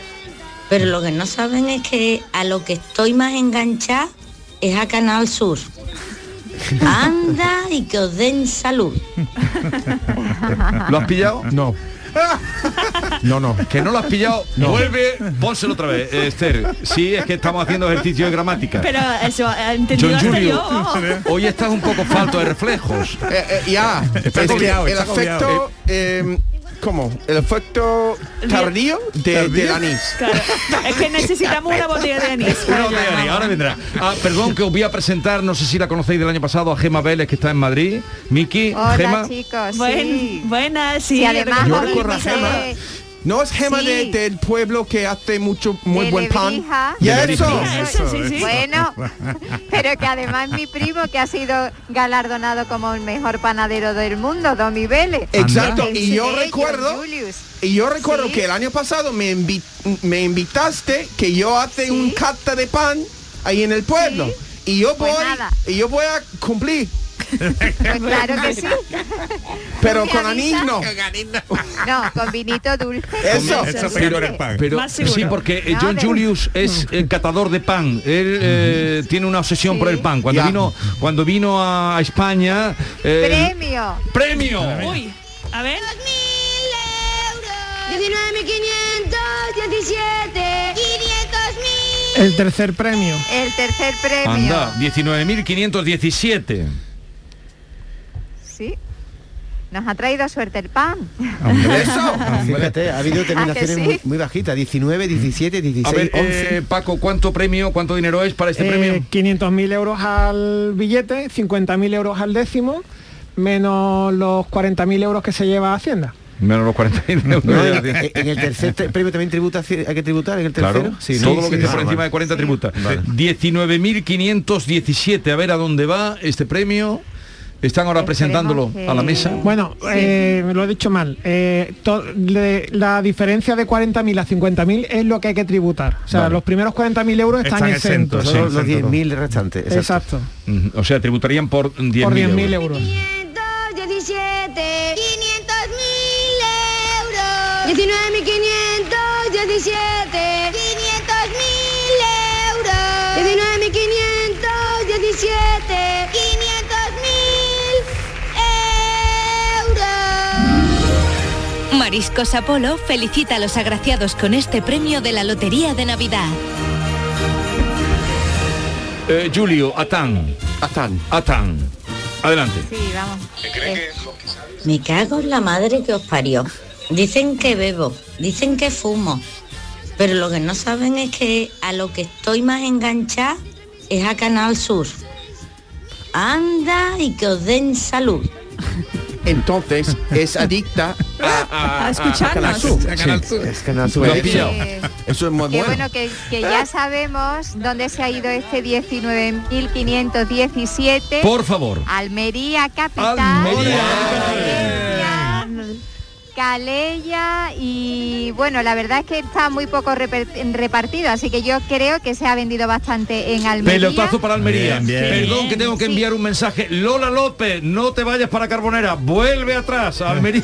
[SPEAKER 4] pero lo que no saben es que a lo que estoy más enganchada es a Canal <laughs> Sur. Anda y que os den salud.
[SPEAKER 3] ¿Lo has pillado?
[SPEAKER 26] No. No, no.
[SPEAKER 3] Que no lo has pillado,
[SPEAKER 26] No.
[SPEAKER 3] vuelve, pónselo otra vez, eh, Esther. Sí, es que estamos haciendo ejercicio de gramática.
[SPEAKER 25] Pero eso ha Ah, entendido
[SPEAKER 3] John
[SPEAKER 25] hasta
[SPEAKER 3] Julio,
[SPEAKER 25] yo. vamos.
[SPEAKER 3] hoy estás un poco falto de reflejos.
[SPEAKER 26] Eh, eh, ya.
[SPEAKER 3] <laughs> Está
[SPEAKER 26] Es que
[SPEAKER 3] agobiado,
[SPEAKER 26] el
[SPEAKER 3] está agobiado.
[SPEAKER 26] efecto. eh, ¿Cómo? El efecto tardío de, del anís.
[SPEAKER 25] Claro. Es que necesitamos una botella de anís.
[SPEAKER 3] Una botella de anís, ahora vendrá. Ah, perdón que os voy a presentar, no sé si la conocéis del año pasado, a Gema Vélez que está en Madrid. Miki,
[SPEAKER 1] <laughs> Hola
[SPEAKER 3] Gema.
[SPEAKER 1] chicos, sí.
[SPEAKER 25] Buen- buenas, sí.
[SPEAKER 1] Sí, además
[SPEAKER 26] Yo
[SPEAKER 1] os
[SPEAKER 26] recuerdo a
[SPEAKER 1] invité
[SPEAKER 26] Gema. No es gema
[SPEAKER 1] Sí.
[SPEAKER 26] de- del pueblo que hace mucho muy
[SPEAKER 1] de
[SPEAKER 26] buen pan.
[SPEAKER 1] Lebrija.
[SPEAKER 26] Y eso.
[SPEAKER 3] <laughs>
[SPEAKER 1] Bueno, pero que además mi primo que ha sido galardonado como el mejor panadero del mundo, Domi Vélez.
[SPEAKER 26] Exacto,
[SPEAKER 1] Que te
[SPEAKER 26] y yo
[SPEAKER 1] enseñé,
[SPEAKER 26] recuerdo-
[SPEAKER 1] Julius.
[SPEAKER 26] Y yo recuerdo
[SPEAKER 1] Sí.
[SPEAKER 26] que el año pasado me, invi- me invitaste que yo hace un cata de pan ahí en el pueblo. Y yo voy
[SPEAKER 1] Pues nada.
[SPEAKER 26] y yo voy a cumplir.
[SPEAKER 1] Pues claro que sí.
[SPEAKER 26] Pero
[SPEAKER 1] Me
[SPEAKER 26] con anís
[SPEAKER 1] avisa.
[SPEAKER 26] no.
[SPEAKER 1] No, con vinito dulce.
[SPEAKER 26] Eso.
[SPEAKER 1] Con vinito
[SPEAKER 3] Pero,
[SPEAKER 1] dulce.
[SPEAKER 3] pero-
[SPEAKER 1] Más seguro.
[SPEAKER 3] sí, porque eh,
[SPEAKER 1] No,
[SPEAKER 3] John
[SPEAKER 1] de-
[SPEAKER 3] Julius es el catador de pan. Él eh, tiene una obsesión por el pan. Cuando
[SPEAKER 26] Ya.
[SPEAKER 3] vino cuando vino a España. eh,
[SPEAKER 1] Premio.
[SPEAKER 3] premio.
[SPEAKER 25] Uy, a ver.
[SPEAKER 31] 19.517. 500.000.
[SPEAKER 24] El tercer premio.
[SPEAKER 1] El tercer premio.
[SPEAKER 3] Anda, 19.517.
[SPEAKER 1] Sí. Nos ha traído suerte el pan. <laughs>
[SPEAKER 5] Ah, Fíjate, ha habido terminaciones
[SPEAKER 1] ¿A Ah, que sí?
[SPEAKER 5] muy, muy bajitas. 19, 17, 16,
[SPEAKER 3] A ver,
[SPEAKER 5] 11.
[SPEAKER 3] eh, Paco, ¿cuánto premio, cuánto dinero es para este
[SPEAKER 24] Eh,
[SPEAKER 3] premio?
[SPEAKER 24] 500.000 euros al billete, 50.000 euros al décimo, menos los 40.000 euros que se lleva a Hacienda.
[SPEAKER 3] Menos los
[SPEAKER 1] <laughs>
[SPEAKER 3] 40.000 euros.
[SPEAKER 5] No, en, en- en el tercer te- premio también tributa, hay que tributar en el tercero.
[SPEAKER 3] Claro,
[SPEAKER 5] Sí, ¿no?
[SPEAKER 3] todo lo que
[SPEAKER 5] Sí,
[SPEAKER 3] esté
[SPEAKER 5] sí.
[SPEAKER 3] por encima de 40 tributa.
[SPEAKER 5] Vale.
[SPEAKER 3] 19.517, a ver a dónde va este premio. Están ahora presentándolo a la mesa.
[SPEAKER 24] Bueno, eh, me lo he dicho mal. Eh, to- le- la diferencia de 40.000 a 50.000 es lo que hay que tributar. O sea,
[SPEAKER 3] Vale.
[SPEAKER 24] los primeros 40.000 euros están, exentos.
[SPEAKER 5] Solo los 10.000 restantes.
[SPEAKER 24] Exacto.
[SPEAKER 3] Ujú, O sea, tributarían por 10.000
[SPEAKER 24] por 10.000
[SPEAKER 3] euros.
[SPEAKER 24] euros.
[SPEAKER 31] 17. 500.000 euros. 19.517. 500.000 euros. 19.517. 500.000 euros.
[SPEAKER 8] Mariscos Apolo felicita a los agraciados con este premio de la Lotería de Navidad.
[SPEAKER 3] Eh, Julio, Atán.
[SPEAKER 26] Atán.
[SPEAKER 3] Atán. Adelante.
[SPEAKER 4] Sí, vamos. Eh, Me cago en la madre que os parió. Dicen que bebo, dicen que fumo, pero lo que no saben es que a lo que estoy más enganchada es a Canal Sur. Anda y que os den salud.
[SPEAKER 26] Entonces es adicta a,
[SPEAKER 4] A escucharnos.
[SPEAKER 26] Canal Sur.
[SPEAKER 4] A Canal Sur.
[SPEAKER 26] Es Canal Sur.
[SPEAKER 4] Lo
[SPEAKER 26] Eso-
[SPEAKER 4] pillado.
[SPEAKER 26] Eso es muy
[SPEAKER 4] Que
[SPEAKER 26] bueno.
[SPEAKER 4] bueno, que, que
[SPEAKER 3] ¿Eh?
[SPEAKER 4] ya sabemos dónde se ha ido este 19.517.
[SPEAKER 3] Por favor.
[SPEAKER 4] Almería Capital.
[SPEAKER 3] Almería.
[SPEAKER 4] Valencia.
[SPEAKER 1] Calella y bueno, la verdad es que está muy poco reper- repartido, así que yo creo que se ha vendido bastante en Almería.
[SPEAKER 3] Pelotazo para Almería.
[SPEAKER 18] Bien, bien.
[SPEAKER 3] Perdón que tengo que enviar un mensaje. Lola López, no te vayas para Carbonera, vuelve atrás a Almería.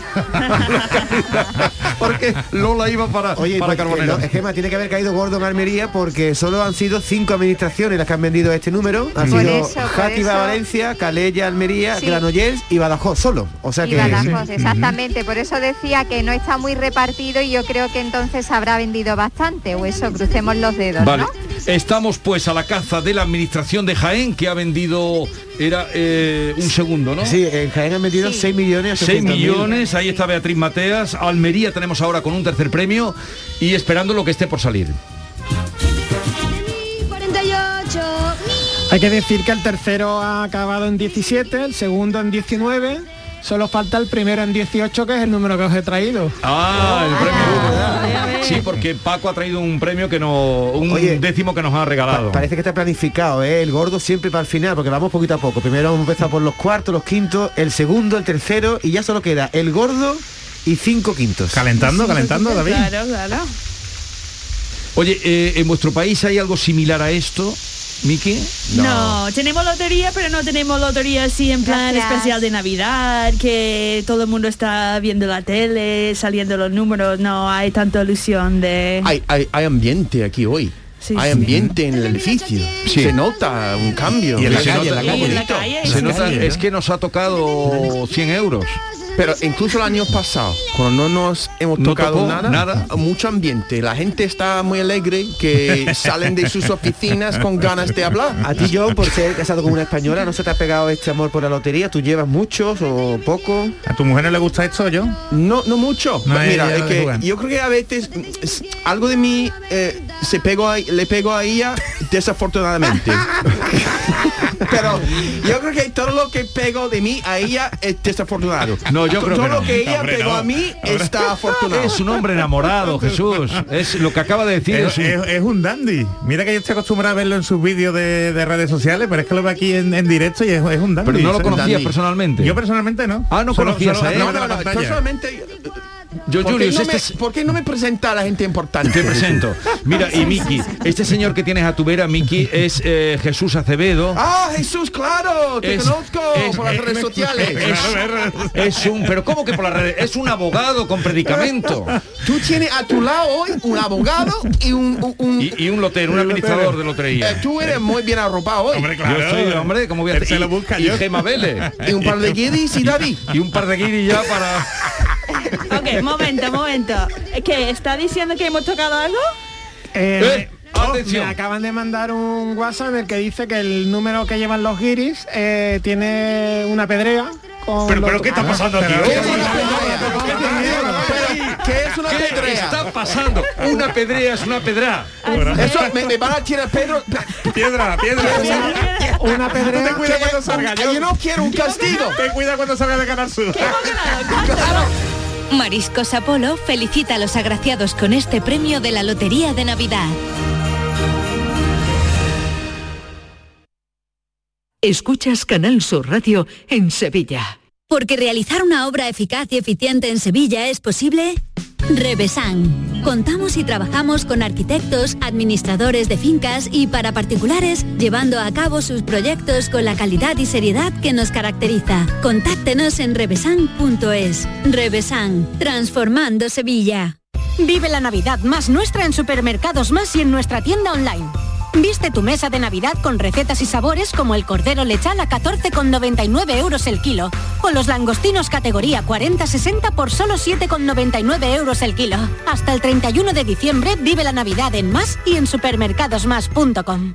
[SPEAKER 3] porque Lola iba para,
[SPEAKER 5] Oye, pues, eh,
[SPEAKER 3] para
[SPEAKER 5] porque
[SPEAKER 3] Carbonera.
[SPEAKER 5] no, es que más, tiene que haber caído gordo en Almería porque solo han sido cinco administraciones las que han vendido este número. Han
[SPEAKER 1] Por
[SPEAKER 5] sido
[SPEAKER 1] eso, por
[SPEAKER 5] Játiva,
[SPEAKER 1] eso.
[SPEAKER 5] Valencia, Calella, Almería,
[SPEAKER 1] Sí.
[SPEAKER 5] Granollers y Badajoz solo. O sea
[SPEAKER 1] Y
[SPEAKER 5] que
[SPEAKER 1] Badajoz, exactamente, por eso decía que no está muy repartido y yo creo que entonces habrá vendido bastante, o eso, crucemos los dedos,
[SPEAKER 3] Vale.
[SPEAKER 1] ¿no?
[SPEAKER 3] Estamos pues a la caza de la administración de Jaén que ha vendido era eh, un segundo, ¿no?
[SPEAKER 5] Sí, en Jaén han vendido 6 millones.
[SPEAKER 3] 6
[SPEAKER 5] 800.000.
[SPEAKER 3] millones, ahí está Beatriz Mateas, Almería tenemos ahora con un tercer premio y esperando lo que esté por salir.
[SPEAKER 31] 48
[SPEAKER 24] Hay que decir que el tercero ha acabado en 17, el segundo en 19, solo falta el primero en 18, que es el número que os he traído.
[SPEAKER 3] Ah, el premio. Sí, porque Paco ha traído un premio que no un décimo que nos ha regalado.
[SPEAKER 5] Parece que está planificado, ¿eh? El gordo siempre para el final, porque vamos poquito a poco. Primero hemos empezado por los cuartos, los quintos, el segundo, el tercero y ya solo queda el gordo y cinco quintos.
[SPEAKER 22] Calentando, calentando, David.
[SPEAKER 25] Claro, claro.
[SPEAKER 3] Oye, eh, ¿en vuestro país hay algo similar a esto, Miki?
[SPEAKER 25] No. tenemos lotería, pero no tenemos lotería así en plan
[SPEAKER 1] Gracias.
[SPEAKER 25] especial de Navidad, que todo el mundo está viendo la tele, saliendo los números, no hay tanta ilusión de...
[SPEAKER 26] Hay, hay, hay ambiente aquí hoy.
[SPEAKER 25] Sí,
[SPEAKER 26] hay
[SPEAKER 25] sí.
[SPEAKER 26] ambiente en el edificio. Se nota un cambio.
[SPEAKER 3] Y en la
[SPEAKER 26] Se
[SPEAKER 3] calle,
[SPEAKER 26] nota-
[SPEAKER 3] en la calle.
[SPEAKER 26] bonito.
[SPEAKER 3] Se
[SPEAKER 26] Se
[SPEAKER 3] nota-
[SPEAKER 26] nota-
[SPEAKER 3] es que nos ha tocado 100 euros.
[SPEAKER 26] Pero incluso el año pasado, cuando no nos hemos
[SPEAKER 3] No
[SPEAKER 26] tocado
[SPEAKER 3] tocó
[SPEAKER 26] nada,
[SPEAKER 3] nada.
[SPEAKER 26] mucho ambiente. La gente está muy alegre, que salen de sus oficinas con ganas de hablar.
[SPEAKER 5] A ti, John, por ser casado con una española, ¿no se te ha pegado este amor por la lotería? ¿Tú llevas muchos o pocos?
[SPEAKER 26] ¿A tu mujer no le gusta esto, yo? No, no mucho.
[SPEAKER 5] No,
[SPEAKER 26] Mira,
[SPEAKER 5] ella
[SPEAKER 26] es
[SPEAKER 5] no
[SPEAKER 26] que
[SPEAKER 5] juega.
[SPEAKER 26] yo creo que a veces mm, es- algo de mí eh, se pegó ahí- le pegó a ella desafortunadamente. Pero yo creo que todo lo que pegó de mí a ella es desafortunado.
[SPEAKER 3] No, yo
[SPEAKER 26] To-
[SPEAKER 3] creo
[SPEAKER 26] todo
[SPEAKER 3] que no.
[SPEAKER 26] lo que ella
[SPEAKER 3] Hombre,
[SPEAKER 26] pegó
[SPEAKER 3] no.
[SPEAKER 26] a
[SPEAKER 3] <laughs>
[SPEAKER 26] mí
[SPEAKER 3] Hombre.
[SPEAKER 26] está afortunado.
[SPEAKER 3] Es un hombre enamorado, Jesús. Es lo que acaba de decir.
[SPEAKER 18] Es, es- es un dandy. Mira que yo estoy acostumbrado a verlo en sus vídeos de, de redes sociales, pero es que lo veo aquí en, en directo y es, es un dandy.
[SPEAKER 3] Pero no lo
[SPEAKER 18] Es un
[SPEAKER 3] conocías
[SPEAKER 18] dandy.
[SPEAKER 3] personalmente.
[SPEAKER 18] Yo personalmente no.
[SPEAKER 3] Ah, no conocías a él.
[SPEAKER 18] a través de
[SPEAKER 26] No,
[SPEAKER 18] la
[SPEAKER 26] no, no,
[SPEAKER 18] pantalla.
[SPEAKER 26] yo solamente-
[SPEAKER 3] Yo,
[SPEAKER 26] ¿Por qué
[SPEAKER 3] Julius,
[SPEAKER 26] no
[SPEAKER 3] este
[SPEAKER 26] me-
[SPEAKER 3] es-
[SPEAKER 26] ¿Por qué no me presenta a la gente importante?
[SPEAKER 3] Te presento.
[SPEAKER 26] <laughs>
[SPEAKER 3] Mira, y Miki, este señor que tienes a tu vera, Miki, es eh, Jesús Acevedo.
[SPEAKER 26] ¡Ah, Jesús, claro! ¡Te
[SPEAKER 3] Es-
[SPEAKER 26] conozco
[SPEAKER 3] es- eh,
[SPEAKER 26] por las
[SPEAKER 3] es-
[SPEAKER 26] redes sociales!
[SPEAKER 3] <laughs> Es, es un, pero ¿cómo que por las redes? Es un abogado con predicamento.
[SPEAKER 26] <laughs> Tú tienes a tu lado hoy un abogado y un... un- un-
[SPEAKER 3] Y, y un lotero, un
[SPEAKER 26] Un lotero.
[SPEAKER 3] administrador de lotería.
[SPEAKER 26] Eh, tú eres muy bien arropado hoy.
[SPEAKER 3] Yo estoy, hombre, como voy a
[SPEAKER 26] Él
[SPEAKER 3] hacer?
[SPEAKER 26] se lo
[SPEAKER 3] Y-
[SPEAKER 26] busca
[SPEAKER 3] y,
[SPEAKER 26] yo.
[SPEAKER 3] Gema Vélez.
[SPEAKER 26] Y un par de guiris y David.
[SPEAKER 3] Y un par de guiris ya para...
[SPEAKER 25] Ok, momento, momento. ¿Qué? ¿Está diciendo que hemos tocado algo?
[SPEAKER 24] Eh, me-
[SPEAKER 3] atención.
[SPEAKER 24] Me acaban de mandar un WhatsApp en el que dice que el número que llevan los giris eh, tiene una pedrea. Con
[SPEAKER 18] Pero,
[SPEAKER 24] los- Ah,
[SPEAKER 18] pero ¿qué está pasando aquí?
[SPEAKER 26] ¿Qué es una
[SPEAKER 3] ¿Qué
[SPEAKER 26] pedrea?
[SPEAKER 3] está pasando? Una pedrea es una pedra.
[SPEAKER 26] Eso me, me van a tirar Pedro.
[SPEAKER 18] Piedra, piedra.
[SPEAKER 24] Una pedrea.
[SPEAKER 18] Te cuida cuando salga.
[SPEAKER 26] Yo no quiero un castigo.
[SPEAKER 18] Te cuida cuando salga de Canal Sur.
[SPEAKER 8] Mariscos Apolo felicita a los agraciados con este premio de la Lotería de Navidad.
[SPEAKER 12] Escuchas Canal Sur Radio en Sevilla.
[SPEAKER 32] Porque realizar una obra eficaz y eficiente en Sevilla es posible. Revesan. Contamos y trabajamos con arquitectos, administradores de fincas y para particulares, llevando a cabo sus proyectos con la calidad y seriedad que nos caracteriza. Contáctenos en revesan.es. Revesan, transformando Sevilla.
[SPEAKER 33] Vive la Navidad más nuestra en Supermercados Más y en nuestra tienda online. Viste tu mesa de Navidad con recetas y sabores como el cordero lechal a 14,99 euros el kilo o los langostinos categoría 40-60 por solo 7,99 euros el kilo. Hasta el 31 de diciembre vive la Navidad en Más y en supermercadosmás.com.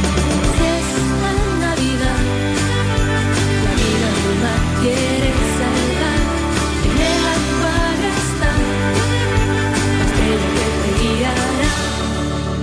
[SPEAKER 24] Esta Navidad, la vida no la quieres salvar. Tenerla para estar, la estrella que te guiará.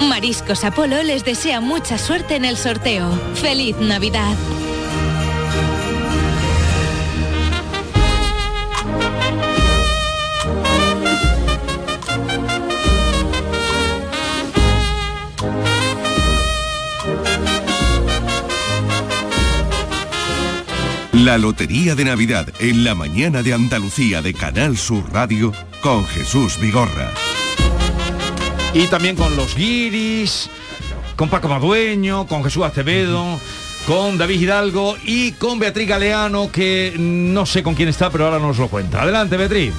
[SPEAKER 34] Mariscos Apolo les desea mucha suerte en el sorteo. ¡Feliz Navidad!
[SPEAKER 35] La Lotería de Navidad en la mañana de Andalucía de Canal Sur Radio con Jesús Vigorra.
[SPEAKER 3] Y también con los guiris, con Paco Madueño, con Jesús Acevedo, con David Hidalgo y con Beatriz Galeano, que no sé con quién está, pero ahora nos lo cuenta. Adelante, Beatriz.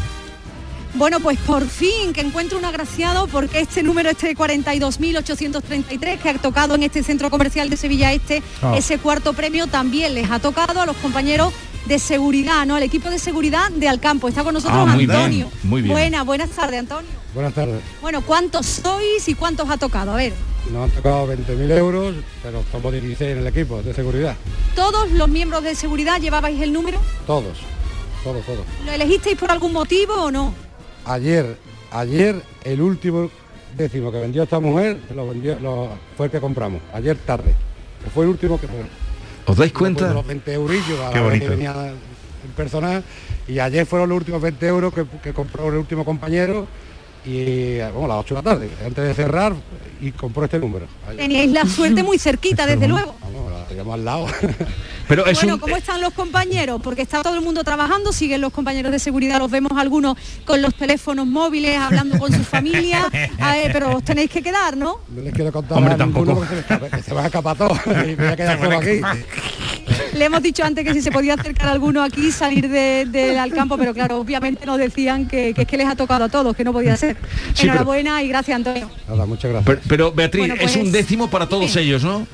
[SPEAKER 27] Bueno, pues por fin que encuentro un agraciado porque este número, este 42.833 que ha tocado en este centro comercial de Sevilla Este,
[SPEAKER 34] Ah.
[SPEAKER 27] ese cuarto premio también les ha tocado a los compañeros de seguridad, ¿no? Al equipo de seguridad de Alcampo. Está con nosotros
[SPEAKER 34] Ah, muy bien,
[SPEAKER 27] Antonio.
[SPEAKER 34] muy bien.
[SPEAKER 27] Buenas, buenas tardes, Antonio.
[SPEAKER 34] Buenas tardes.
[SPEAKER 27] Bueno, ¿cuántos sois y cuántos ha tocado? A ver,
[SPEAKER 34] Nos han tocado 20.000 euros, pero somos 16 en el equipo de seguridad.
[SPEAKER 27] todos los miembros de seguridad llevabais el número.
[SPEAKER 34] Todos, todos, todos.
[SPEAKER 27] ¿Lo elegisteis por algún motivo o no?
[SPEAKER 34] Ayer, ayer el último décimo que vendió esta mujer, lo vendió, lo- fue el que compramos, ayer tarde. Que Fue el último que
[SPEAKER 3] ¿Os dais
[SPEAKER 34] de
[SPEAKER 3] cuenta?
[SPEAKER 34] los 20 eurillos a
[SPEAKER 3] Qué
[SPEAKER 34] la hora que
[SPEAKER 3] bonito.
[SPEAKER 34] venía el personal y ayer fueron los últimos 20 euros que, que compró el último compañero y bueno, a las 8 de la tarde, antes de cerrar y compró este número. Ayer,
[SPEAKER 27] Teníais la suerte muy cerquita, desde luego.
[SPEAKER 34] vamos, la teníamos al lado.
[SPEAKER 3] Pero es
[SPEAKER 27] Bueno,
[SPEAKER 3] un,
[SPEAKER 27] ¿cómo están los compañeros? Porque está todo el mundo trabajando, siguen los compañeros de seguridad, los vemos algunos con los teléfonos móviles, hablando con
[SPEAKER 3] <laughs>
[SPEAKER 27] su familia, A ver, pero os tenéis que quedar, ¿no?
[SPEAKER 34] No les quiero contar
[SPEAKER 3] Hombre,
[SPEAKER 34] a ninguno
[SPEAKER 3] tampoco.
[SPEAKER 34] porque se me escapa- que se van a escapar
[SPEAKER 3] <laughs>
[SPEAKER 34] todos y me voy a quedar solo aquí.
[SPEAKER 27] Le hemos dicho antes que si se podía acercar alguno aquí, salir de- del al campo, pero claro, obviamente nos decían que, que es que les ha tocado a todos, que no podía ser.
[SPEAKER 3] Sí, pero-
[SPEAKER 27] Enhorabuena y gracias, Antonio.
[SPEAKER 34] Nada, muchas gracias.
[SPEAKER 3] pero, pero, Beatriz,
[SPEAKER 27] Bueno, pues,
[SPEAKER 3] es un décimo para todos ellos, ¿no?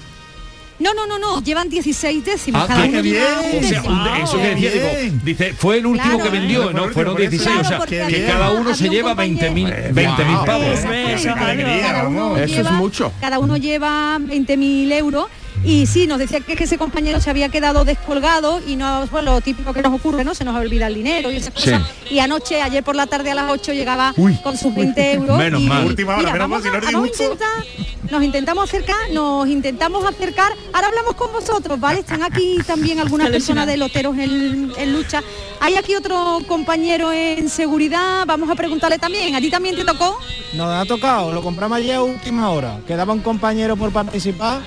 [SPEAKER 27] No, no, no, no, llevan 16 décimos.
[SPEAKER 3] Ah,
[SPEAKER 27] cada
[SPEAKER 3] qué
[SPEAKER 27] uno
[SPEAKER 3] bien.
[SPEAKER 27] lleva un
[SPEAKER 3] O sea,
[SPEAKER 27] décimo.
[SPEAKER 3] un de- eso que decía, digo, dice, fue el último
[SPEAKER 27] Claro,
[SPEAKER 3] que
[SPEAKER 27] ¿eh?
[SPEAKER 3] vendió,
[SPEAKER 27] Fue el
[SPEAKER 3] no,
[SPEAKER 27] último,
[SPEAKER 3] fueron
[SPEAKER 27] por eso.
[SPEAKER 3] 16,
[SPEAKER 27] Claro,
[SPEAKER 3] o
[SPEAKER 27] porque
[SPEAKER 3] sea, que
[SPEAKER 27] había
[SPEAKER 3] cada
[SPEAKER 27] un-
[SPEAKER 3] uno se
[SPEAKER 27] había un
[SPEAKER 3] lleva 20.000 mil
[SPEAKER 27] compañero-
[SPEAKER 34] Wow.
[SPEAKER 3] pavos.
[SPEAKER 34] Hombre, esa alegría,
[SPEAKER 27] Cada uno
[SPEAKER 34] vamos. Eso es
[SPEAKER 27] lleva-
[SPEAKER 34] mucho.
[SPEAKER 27] Cada uno lleva 20.000 euros y sí, nos decía que, es que ese compañero se había quedado descolgado y no fue lo típico que nos ocurre, ¿no? Se nos olvida el dinero y esas
[SPEAKER 34] Sí.
[SPEAKER 27] cosas. Y anoche, ayer por la tarde a las 8 llegaba
[SPEAKER 34] Uy.
[SPEAKER 27] con sus 20 euros.
[SPEAKER 34] Menos
[SPEAKER 27] y,
[SPEAKER 34] mal. Última hora,
[SPEAKER 27] mira,
[SPEAKER 34] menos
[SPEAKER 27] vamos
[SPEAKER 34] mal, si no
[SPEAKER 27] a-
[SPEAKER 34] era
[SPEAKER 27] vamos a
[SPEAKER 34] mucho.
[SPEAKER 27] intentar- nos intentamos acercar, nos intentamos acercar. Ahora hablamos con vosotros, ¿vale? Están aquí también algunas personas de loteros en, el- en lucha. Hay aquí otro compañero en seguridad. Vamos a preguntarle también. ¿A ti también te tocó?
[SPEAKER 24] Nos ha tocado, lo compramos ayer a última hora. Quedaba un compañero por participar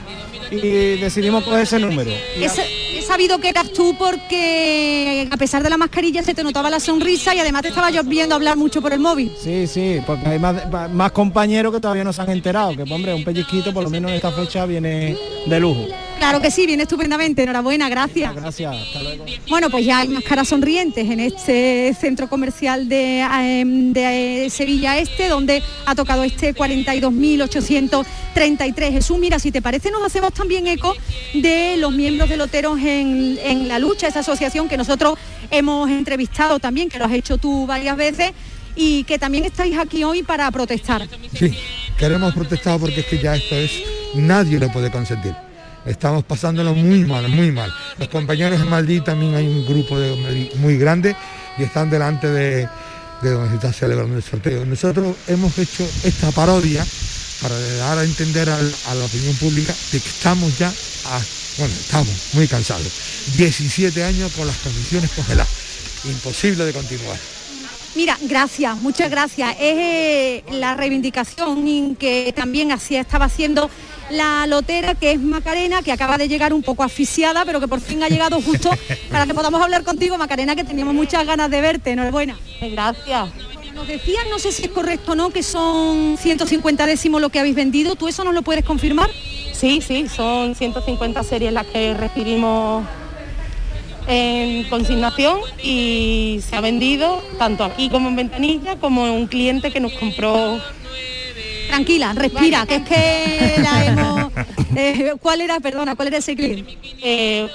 [SPEAKER 24] y decidimos coger ese número. Y
[SPEAKER 27] He, sa- he sabido que eras tú porque a pesar de la mascarilla se te notaba la sonrisa y además te estaba yo viendo hablar mucho por el móvil.
[SPEAKER 24] Sí, sí, porque hay más, pa- más compañeros que todavía no se han enterado, que hombre, un pellizquito por lo menos en esta fecha viene de lujo.
[SPEAKER 27] Claro que sí, viene estupendamente. Enhorabuena, gracias.
[SPEAKER 24] Gracias, hasta luego.
[SPEAKER 27] Bueno, pues ya hay más caras sonrientes en este centro comercial de, eh, de, eh, Sevilla Este, donde ha tocado este 42.833. Jesús, mira, si te parece, nos hacemos también eco de los miembros de Loteros en, en la lucha, esa asociación que nosotros hemos entrevistado también, que lo has hecho tú varias veces y que también estáis aquí hoy para protestar.
[SPEAKER 31] Sí, queremos protestar porque es que ya esto es, nadie lo puede consentir. Estamos pasándolo muy mal, muy mal. Los compañeros de Madrid también hay un grupo de Madrid muy grande y están delante de, de donde se está celebrando el sorteo. Nosotros hemos hecho esta parodia para dar a entender al- a la opinión pública de que estamos ya, a- bueno, estamos muy cansados. 17 años con las condiciones congeladas. Imposible de continuar.
[SPEAKER 27] Mira, gracias, muchas gracias. Es eh, la reivindicación en que también hacía, estaba haciendo la lotera, que es Macarena, que acaba de llegar un poco asfixiada, pero que por fin ha llegado
[SPEAKER 5] <laughs>
[SPEAKER 27] justo para que podamos hablar contigo, Macarena, que teníamos muchas ganas de verte. Enhorabuena. Gracias. Nos decías, no sé si es correcto o no, que son 150 décimos lo que habéis vendido. ¿Tú eso nos lo puedes confirmar?
[SPEAKER 5] Sí, sí, son 150 series las que recibimos en consignación y se ha vendido tanto aquí como en Ventanilla como en un cliente que nos compró.
[SPEAKER 27] Tranquila, respira, que es que la hemos... <laughs> eh, ¿Cuál era, perdona, cuál era ese cliente?
[SPEAKER 5] Eh,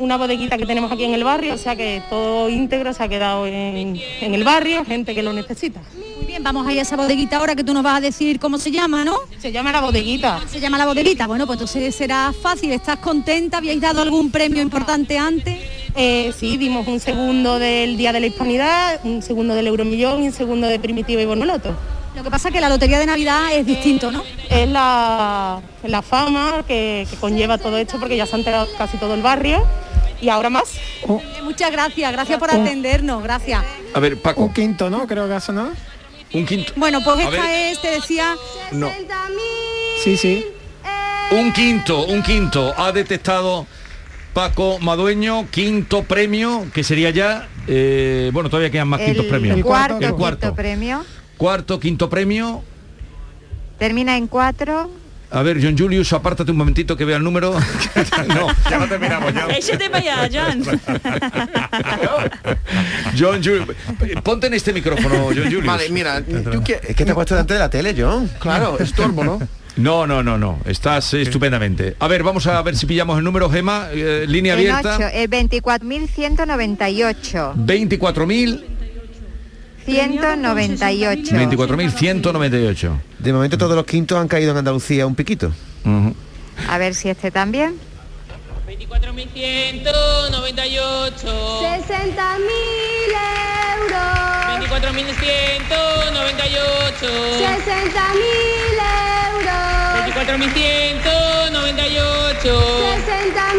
[SPEAKER 5] una bodeguita que tenemos aquí en el barrio, o sea que todo íntegro se ha quedado en, en el barrio, gente que lo necesita.
[SPEAKER 27] Muy bien, vamos a ir a esa bodeguita ahora que tú nos vas a decir cómo se llama, ¿no?
[SPEAKER 5] Se llama la bodeguita.
[SPEAKER 27] Se llama la bodeguita. Bueno, pues entonces será fácil. ¿Estás contenta? ¿Habíais dado algún premio importante antes?
[SPEAKER 5] Eh, sí, dimos un segundo del Día de la Hispanidad, un segundo del Euromillón y un segundo de Primitiva y Bonoloto.
[SPEAKER 27] Lo que pasa es que la Lotería de Navidad es distinto, ¿no?
[SPEAKER 5] Es la, la fama que, que conlleva todo esto porque ya se ha enterado casi todo el barrio y ahora más.
[SPEAKER 27] Eh, Muchas gracias, gracias por atendernos, gracias.
[SPEAKER 3] A ver, Paco.
[SPEAKER 24] Un quinto, ¿no? Creo que ha sonado.
[SPEAKER 3] Un quinto.
[SPEAKER 27] Bueno, pues
[SPEAKER 3] A
[SPEAKER 27] esta
[SPEAKER 3] ver.
[SPEAKER 27] es, te decía,
[SPEAKER 3] No.
[SPEAKER 24] Sí, sí.
[SPEAKER 3] Un quinto, un quinto. Ha detectado Paco Madueño, quinto premio, que sería ya. eh, bueno, todavía quedan más quintos premios.
[SPEAKER 1] El cuarto,
[SPEAKER 3] El
[SPEAKER 1] quinto
[SPEAKER 3] cuarto.
[SPEAKER 1] premio.
[SPEAKER 3] Cuarto, quinto premio.
[SPEAKER 1] Termina en cuatro.
[SPEAKER 3] A ver, John Julius, apártate un momentito que vea el número.
[SPEAKER 1] <laughs>
[SPEAKER 3] <laughs> no, ya lo terminamos ya.
[SPEAKER 22] Échate para allá, John.
[SPEAKER 3] <laughs> John Julius. Ponte en este micrófono, John Julius.
[SPEAKER 9] Vale, mira, tú que, es que te has puesto delante de la tele, John. Claro, estorbo, ¿no?
[SPEAKER 3] No, no, no, no. Estás eh, estupendamente. A ver, vamos a ver si pillamos el número, Gema. eh, línea
[SPEAKER 1] en
[SPEAKER 3] abierta.
[SPEAKER 1] ocho, eh, 24.198.
[SPEAKER 3] 24.000.
[SPEAKER 1] 198.
[SPEAKER 3] 24.198.
[SPEAKER 9] De momento todos los quintos han caído en Andalucía un piquito.
[SPEAKER 1] A ver si este también.
[SPEAKER 22] 24.198.
[SPEAKER 1] 60.000
[SPEAKER 22] euros. 24.198.
[SPEAKER 1] 60.000
[SPEAKER 22] euros. 24.198.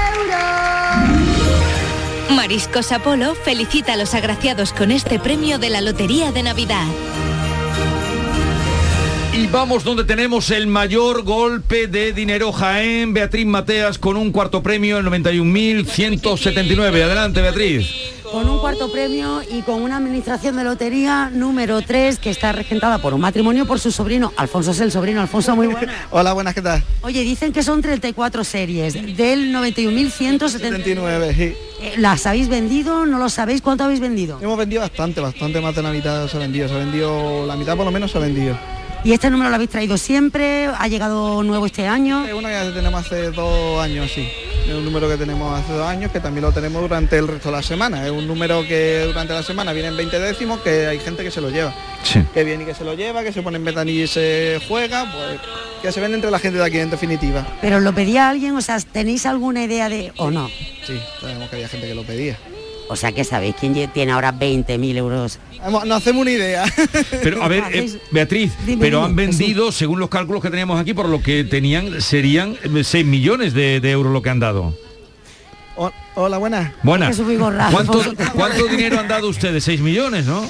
[SPEAKER 8] 60.000 euros. Mariscos Apolo felicita a los agraciados con este premio de la Lotería de Navidad.
[SPEAKER 3] Y vamos donde tenemos el mayor golpe de dinero Jaén, Beatriz Mateas con un cuarto premio en 91.179. Adelante, Beatriz.
[SPEAKER 25] Con un cuarto premio y con una administración de lotería número 3 que está regentada por un matrimonio por su sobrino. Alfonso es el sobrino. Alfonso, muy bueno.
[SPEAKER 29] <laughs> Hola, buenas, ¿qué tal?
[SPEAKER 25] Oye, dicen que son 34 series del 91.179.
[SPEAKER 29] 79, sí.
[SPEAKER 25] Eh, ¿Las habéis vendido? ¿No lo sabéis? ¿Cuánto habéis vendido?
[SPEAKER 29] Hemos vendido bastante, bastante más de la mitad se ha vendido. Se ha vendido, la mitad por lo menos se ha vendido.
[SPEAKER 25] ¿Y este número lo habéis traído siempre? ¿Ha llegado nuevo este año?
[SPEAKER 29] Es uno que tenemos hace dos años, sí. Es un número que tenemos hace dos años que también lo tenemos durante el resto de la semana. Es un número que durante la semana vienen 20 décimos que hay gente que se lo lleva. Que viene y que se lo lleva, que se pone en ventanilla y se juega, pues que se vende entre la gente de aquí en definitiva.
[SPEAKER 25] ¿Pero lo pedía alguien? O sea, ¿tenéis alguna idea de...? ¿O no?
[SPEAKER 29] Sí, sabemos que había gente que lo pedía.
[SPEAKER 25] O sea, que sabéis quién lle- tiene ahora 20.000 euros.
[SPEAKER 29] Hemos- Nos hacemos una idea. <laughs>
[SPEAKER 3] Pero a ver, eh, Beatriz,
[SPEAKER 29] Dime,
[SPEAKER 3] pero
[SPEAKER 29] dime,
[SPEAKER 3] han vendido, según los cálculos que teníamos aquí, por lo que tenían, serían eh, 6 millones de, de euros lo que han dado.
[SPEAKER 29] Ho- Hola, buenas.
[SPEAKER 3] Buenas. ¿Cuánto, cuánto dinero han dado ustedes? 6 millones, ¿no?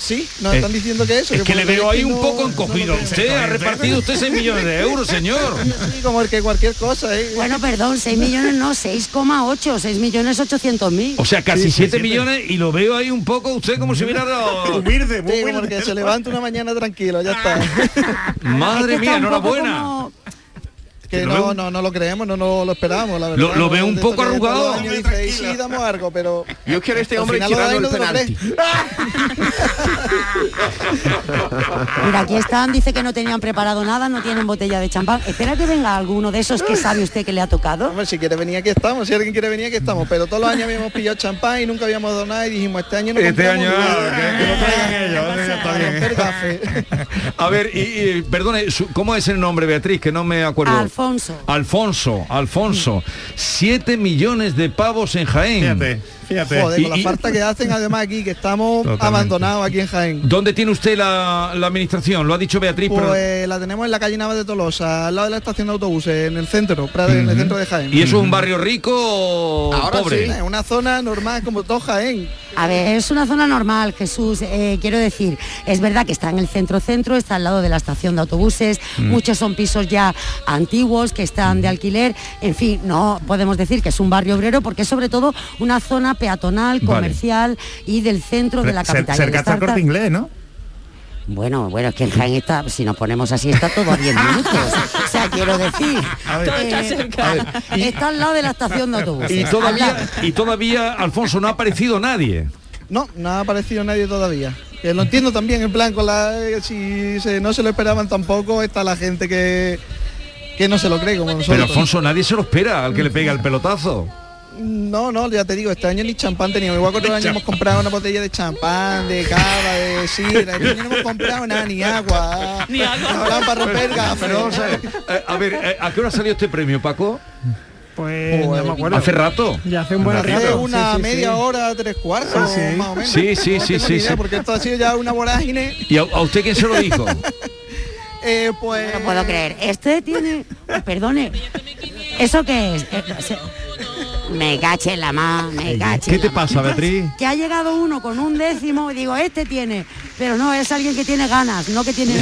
[SPEAKER 29] Sí, nos están
[SPEAKER 3] Eh,
[SPEAKER 29] diciendo que eso.
[SPEAKER 3] Es que
[SPEAKER 29] por
[SPEAKER 3] le
[SPEAKER 29] lo menos
[SPEAKER 3] veo ahí
[SPEAKER 29] que
[SPEAKER 3] un
[SPEAKER 29] no- no
[SPEAKER 3] poco
[SPEAKER 29] lo
[SPEAKER 3] encogido.
[SPEAKER 29] creo.
[SPEAKER 3] Usted ha repartido usted 6 millones de euros,
[SPEAKER 29] <laughs>
[SPEAKER 3] señor.
[SPEAKER 29] Sí, como el que cualquier cosa, ¿eh?
[SPEAKER 25] Bueno, perdón, 6 millones no, 6,8, 6 millones 800 mil.
[SPEAKER 3] O sea, casi 7 millones y lo veo ahí un poco usted como si <laughs> hubiera dado...
[SPEAKER 29] Sí, como
[SPEAKER 3] <laughs>
[SPEAKER 29] el que se levanta una mañana tranquilo, ya está.
[SPEAKER 3] Madre mía, enhorabuena.
[SPEAKER 29] que
[SPEAKER 3] Lo
[SPEAKER 29] no,
[SPEAKER 3] veo-
[SPEAKER 29] no, no lo creemos, no, no lo esperábamos, la verdad.
[SPEAKER 3] Lo- lo veo un
[SPEAKER 29] De
[SPEAKER 3] poco
[SPEAKER 29] esto que todo el
[SPEAKER 3] arrugado.
[SPEAKER 29] año dice, "Y sí, damos algo, pero...
[SPEAKER 5] Yo quiero este
[SPEAKER 29] al
[SPEAKER 5] hombre
[SPEAKER 29] final lo
[SPEAKER 5] tirando
[SPEAKER 29] dais,
[SPEAKER 5] el
[SPEAKER 29] no te lo
[SPEAKER 5] penalti.
[SPEAKER 29] crees.
[SPEAKER 25] Mira, aquí están, dice que no tenían preparado nada, no tienen botella de champán. Espera que venga alguno de esos que sabe usted que le ha tocado.
[SPEAKER 29] Hombre, si quiere venir aquí estamos, si alguien quiere venir aquí estamos, pero todos los años habíamos pillado champán y nunca habíamos donado y dijimos, este año no
[SPEAKER 3] Este
[SPEAKER 29] compramos
[SPEAKER 3] año,
[SPEAKER 29] nada".
[SPEAKER 3] A ver, y, y, perdone, su- ¿cómo es el nombre, Beatriz? Que no me acuerdo.
[SPEAKER 25] Alfonso.
[SPEAKER 3] Alfonso, Alfonso.
[SPEAKER 29] Mm.
[SPEAKER 3] Siete millones de pavos en Jaén. Fíjate,
[SPEAKER 29] Joder, con la falta que hacen además aquí, que estamos
[SPEAKER 3] Totalmente.
[SPEAKER 29] abandonados aquí en Jaén.
[SPEAKER 3] ¿Dónde tiene usted la, la administración? Lo ha dicho Beatriz, pero...
[SPEAKER 29] Pues la tenemos en la calle Nava de Tolosa, al lado de la estación de autobuses, en el centro, Prada, en el centro de Jaén.
[SPEAKER 3] ¿Y eso es un barrio rico o pobre?
[SPEAKER 29] sí, es una zona normal como ¿eh? todo Jaén.
[SPEAKER 25] A ver, es una zona normal, Jesús. Eh, quiero decir, es verdad que está en el centro-centro, está al lado de la estación de autobuses,
[SPEAKER 17] Mm.
[SPEAKER 25] muchos son pisos ya antiguos que están de alquiler. En fin, no podemos decir que es un barrio obrero porque es sobre todo una zona peatonal,
[SPEAKER 17] Vale.
[SPEAKER 25] comercial y del centro de la
[SPEAKER 17] Cer-
[SPEAKER 25] capital. Y al
[SPEAKER 17] cerca está el
[SPEAKER 25] estar
[SPEAKER 17] corte
[SPEAKER 25] tan-
[SPEAKER 17] inglés, ¿no?
[SPEAKER 25] Bueno, bueno, es que en Jaén está, si nos ponemos así, está todo
[SPEAKER 17] <laughs>
[SPEAKER 25] a 10 minutos. O sea, quiero decir,
[SPEAKER 3] Todo
[SPEAKER 25] eh,
[SPEAKER 3] está cerca.
[SPEAKER 25] <laughs> está al lado de la estación de autobuses.
[SPEAKER 3] Y
[SPEAKER 25] al lado.
[SPEAKER 3] todavía, y todavía, Alfonso, no ha aparecido nadie.
[SPEAKER 29] No, no ha aparecido nadie todavía. Que lo entiendo también, en plan, con la, eh, si se- no se lo esperaban tampoco, está la gente que, que no se lo cree como nosotros.
[SPEAKER 3] Pero Alfonso, nadie se lo espera al que le pega el pelotazo.
[SPEAKER 29] No, no, ya te digo, este año ni champán teníamos. Igual que otros años hemos comprado una botella de champán, de cava, de sidra. Este año no hemos comprado nada, ni agua. Ni agua. para romper gafas.
[SPEAKER 3] Pero vamos a ver, eh, a ver, eh, ¿a qué hora salió este premio, Paco?
[SPEAKER 36] Pues no me acuerdo.
[SPEAKER 3] Hace rato.
[SPEAKER 36] Ya hace un buen
[SPEAKER 29] Hace
[SPEAKER 36] rato.
[SPEAKER 29] una
[SPEAKER 36] Sí, sí, sí.
[SPEAKER 29] media hora, tres cuartos, más o menos.
[SPEAKER 3] Sí, sí,
[SPEAKER 29] No
[SPEAKER 3] sí,
[SPEAKER 29] tengo
[SPEAKER 3] sí,
[SPEAKER 29] ni idea,
[SPEAKER 3] sí.
[SPEAKER 29] Porque esto ha sido ya una vorágine.
[SPEAKER 3] ¿Y a, a usted quién se lo dijo?
[SPEAKER 29] Eh, pues...
[SPEAKER 25] No lo puedo creer. Este tiene... Perdone. ¿Eso qué es? Eh, se- Me cache en la mano, me cache.
[SPEAKER 17] ¿Qué
[SPEAKER 25] en
[SPEAKER 17] te
[SPEAKER 25] la ma.
[SPEAKER 17] pasa, Beatriz?
[SPEAKER 25] Que ha llegado uno con un décimo y digo, este tiene. Pero no, es alguien que tiene ganas, no que tiene...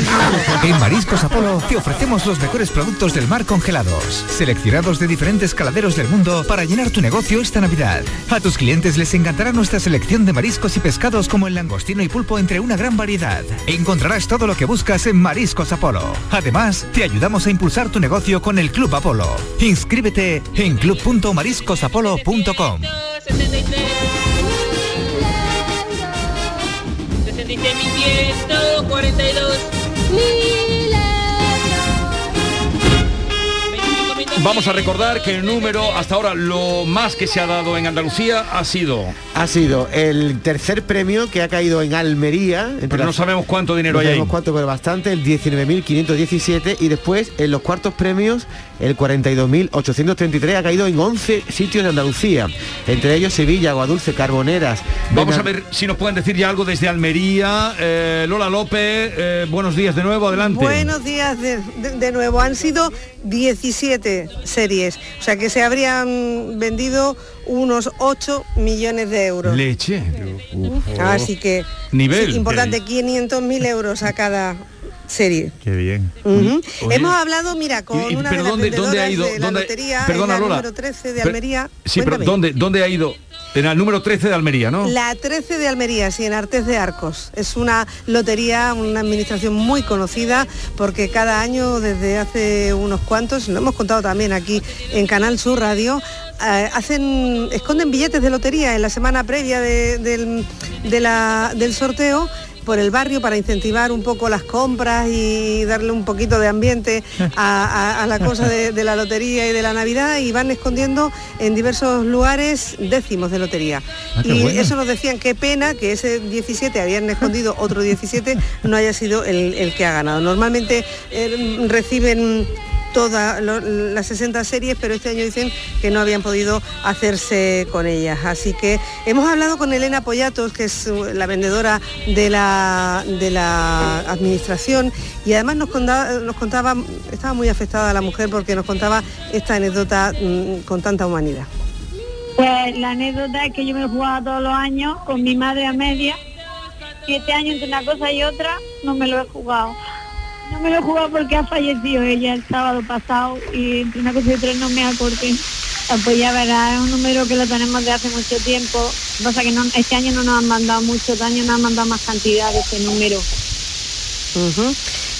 [SPEAKER 10] En Mariscos Apolo te ofrecemos los mejores productos del mar congelados, seleccionados de diferentes caladeros del mundo para llenar tu negocio esta Navidad. A tus clientes les encantará nuestra selección de mariscos y pescados como el langostino y pulpo entre una gran variedad. Encontrarás todo lo que buscas en Mariscos Apolo. Además, te ayudamos a impulsar tu negocio con el Club Apolo. Inscríbete en club.mariscosapolo.com.
[SPEAKER 22] 63.142
[SPEAKER 3] Vamos a recordar que el número hasta ahora lo más que se ha dado en Andalucía ha sido.
[SPEAKER 5] Ha sido el tercer premio que ha caído en Almería.
[SPEAKER 3] Pero Pues no sabemos cuánto dinero hay ahí.
[SPEAKER 5] sabemos cuánto, pero bastante, el 19.517. Y después, en los cuartos premios, el 42.833 ha caído en 11 sitios de Andalucía. Entre ellos Sevilla, Guadulce, Carboneras.
[SPEAKER 3] Vamos
[SPEAKER 5] Bena-
[SPEAKER 3] a ver si nos pueden decir ya algo desde Almería. Eh, Lola López, eh, buenos días de nuevo, <laughs> adelante.
[SPEAKER 20] Buenos días de, de- de nuevo. Han sido 17 series, o sea que se habrían vendido unos 8 millones de euros.
[SPEAKER 3] Leche.
[SPEAKER 20] Así que
[SPEAKER 3] Nivel.
[SPEAKER 20] sí, importante, 500.000 euros a cada serie.
[SPEAKER 17] Qué bien.
[SPEAKER 20] Ujú.
[SPEAKER 3] Oye,
[SPEAKER 20] Hemos hablado, mira, con
[SPEAKER 3] y- y-
[SPEAKER 20] una
[SPEAKER 3] pero
[SPEAKER 20] de las
[SPEAKER 3] ¿dónde- dónde ha
[SPEAKER 20] vendedoras
[SPEAKER 3] ido?
[SPEAKER 20] de la
[SPEAKER 3] ¿Dónde-
[SPEAKER 20] lotería,
[SPEAKER 3] perdona,
[SPEAKER 20] en la
[SPEAKER 3] Lola.
[SPEAKER 20] número 13 de
[SPEAKER 3] Per-
[SPEAKER 20] Almería.
[SPEAKER 3] Sí, pero
[SPEAKER 20] Cuéntame.
[SPEAKER 3] ¿dónde, ¿dónde ha ido? En el número 13 de Almería, ¿no?
[SPEAKER 20] La 13 de Almería, sí, en Artes de Arcos. Es una lotería, una administración muy conocida, porque cada año, desde hace unos cuantos, lo hemos contado también aquí en Canal Sur Radio, eh, hacen, esconden billetes de lotería en la semana previa de- del, de la- del sorteo por el barrio para incentivar un poco las compras y darle un poquito de ambiente a, a- a la cosa de, de la lotería y de la Navidad y van escondiendo en diversos lugares décimos de lotería.
[SPEAKER 27] Ah, qué
[SPEAKER 20] y
[SPEAKER 27] bueno.
[SPEAKER 20] eso nos decían qué pena que ese 17 habían escondido otro 17 no haya sido el, el que ha ganado. Normalmente eh, reciben todas lo- las 60 series, pero este año dicen que no habían podido hacerse con ellas. Así que hemos hablado con Elena Pollatos, que es eh, la vendedora de la, de la administración, y además nos contaba, nos contaba, estaba muy afectada la mujer porque nos contaba esta anécdota mm, con tanta humanidad.
[SPEAKER 27] Pues la anécdota es que yo me lo jugaba todos los años con mi madre a media. Siete años entre una cosa y otra no me lo he jugado. No me lo he jugado porque ha fallecido ella el sábado pasado y entre una cosa y otra no me acordé. Ah, Pues ya verás, es un número que lo tenemos de hace mucho tiempo. Lo que Pasa es que no- este año no nos han mandado mucho, este año nos han mandado más cantidad de ese número.
[SPEAKER 20] Ujú.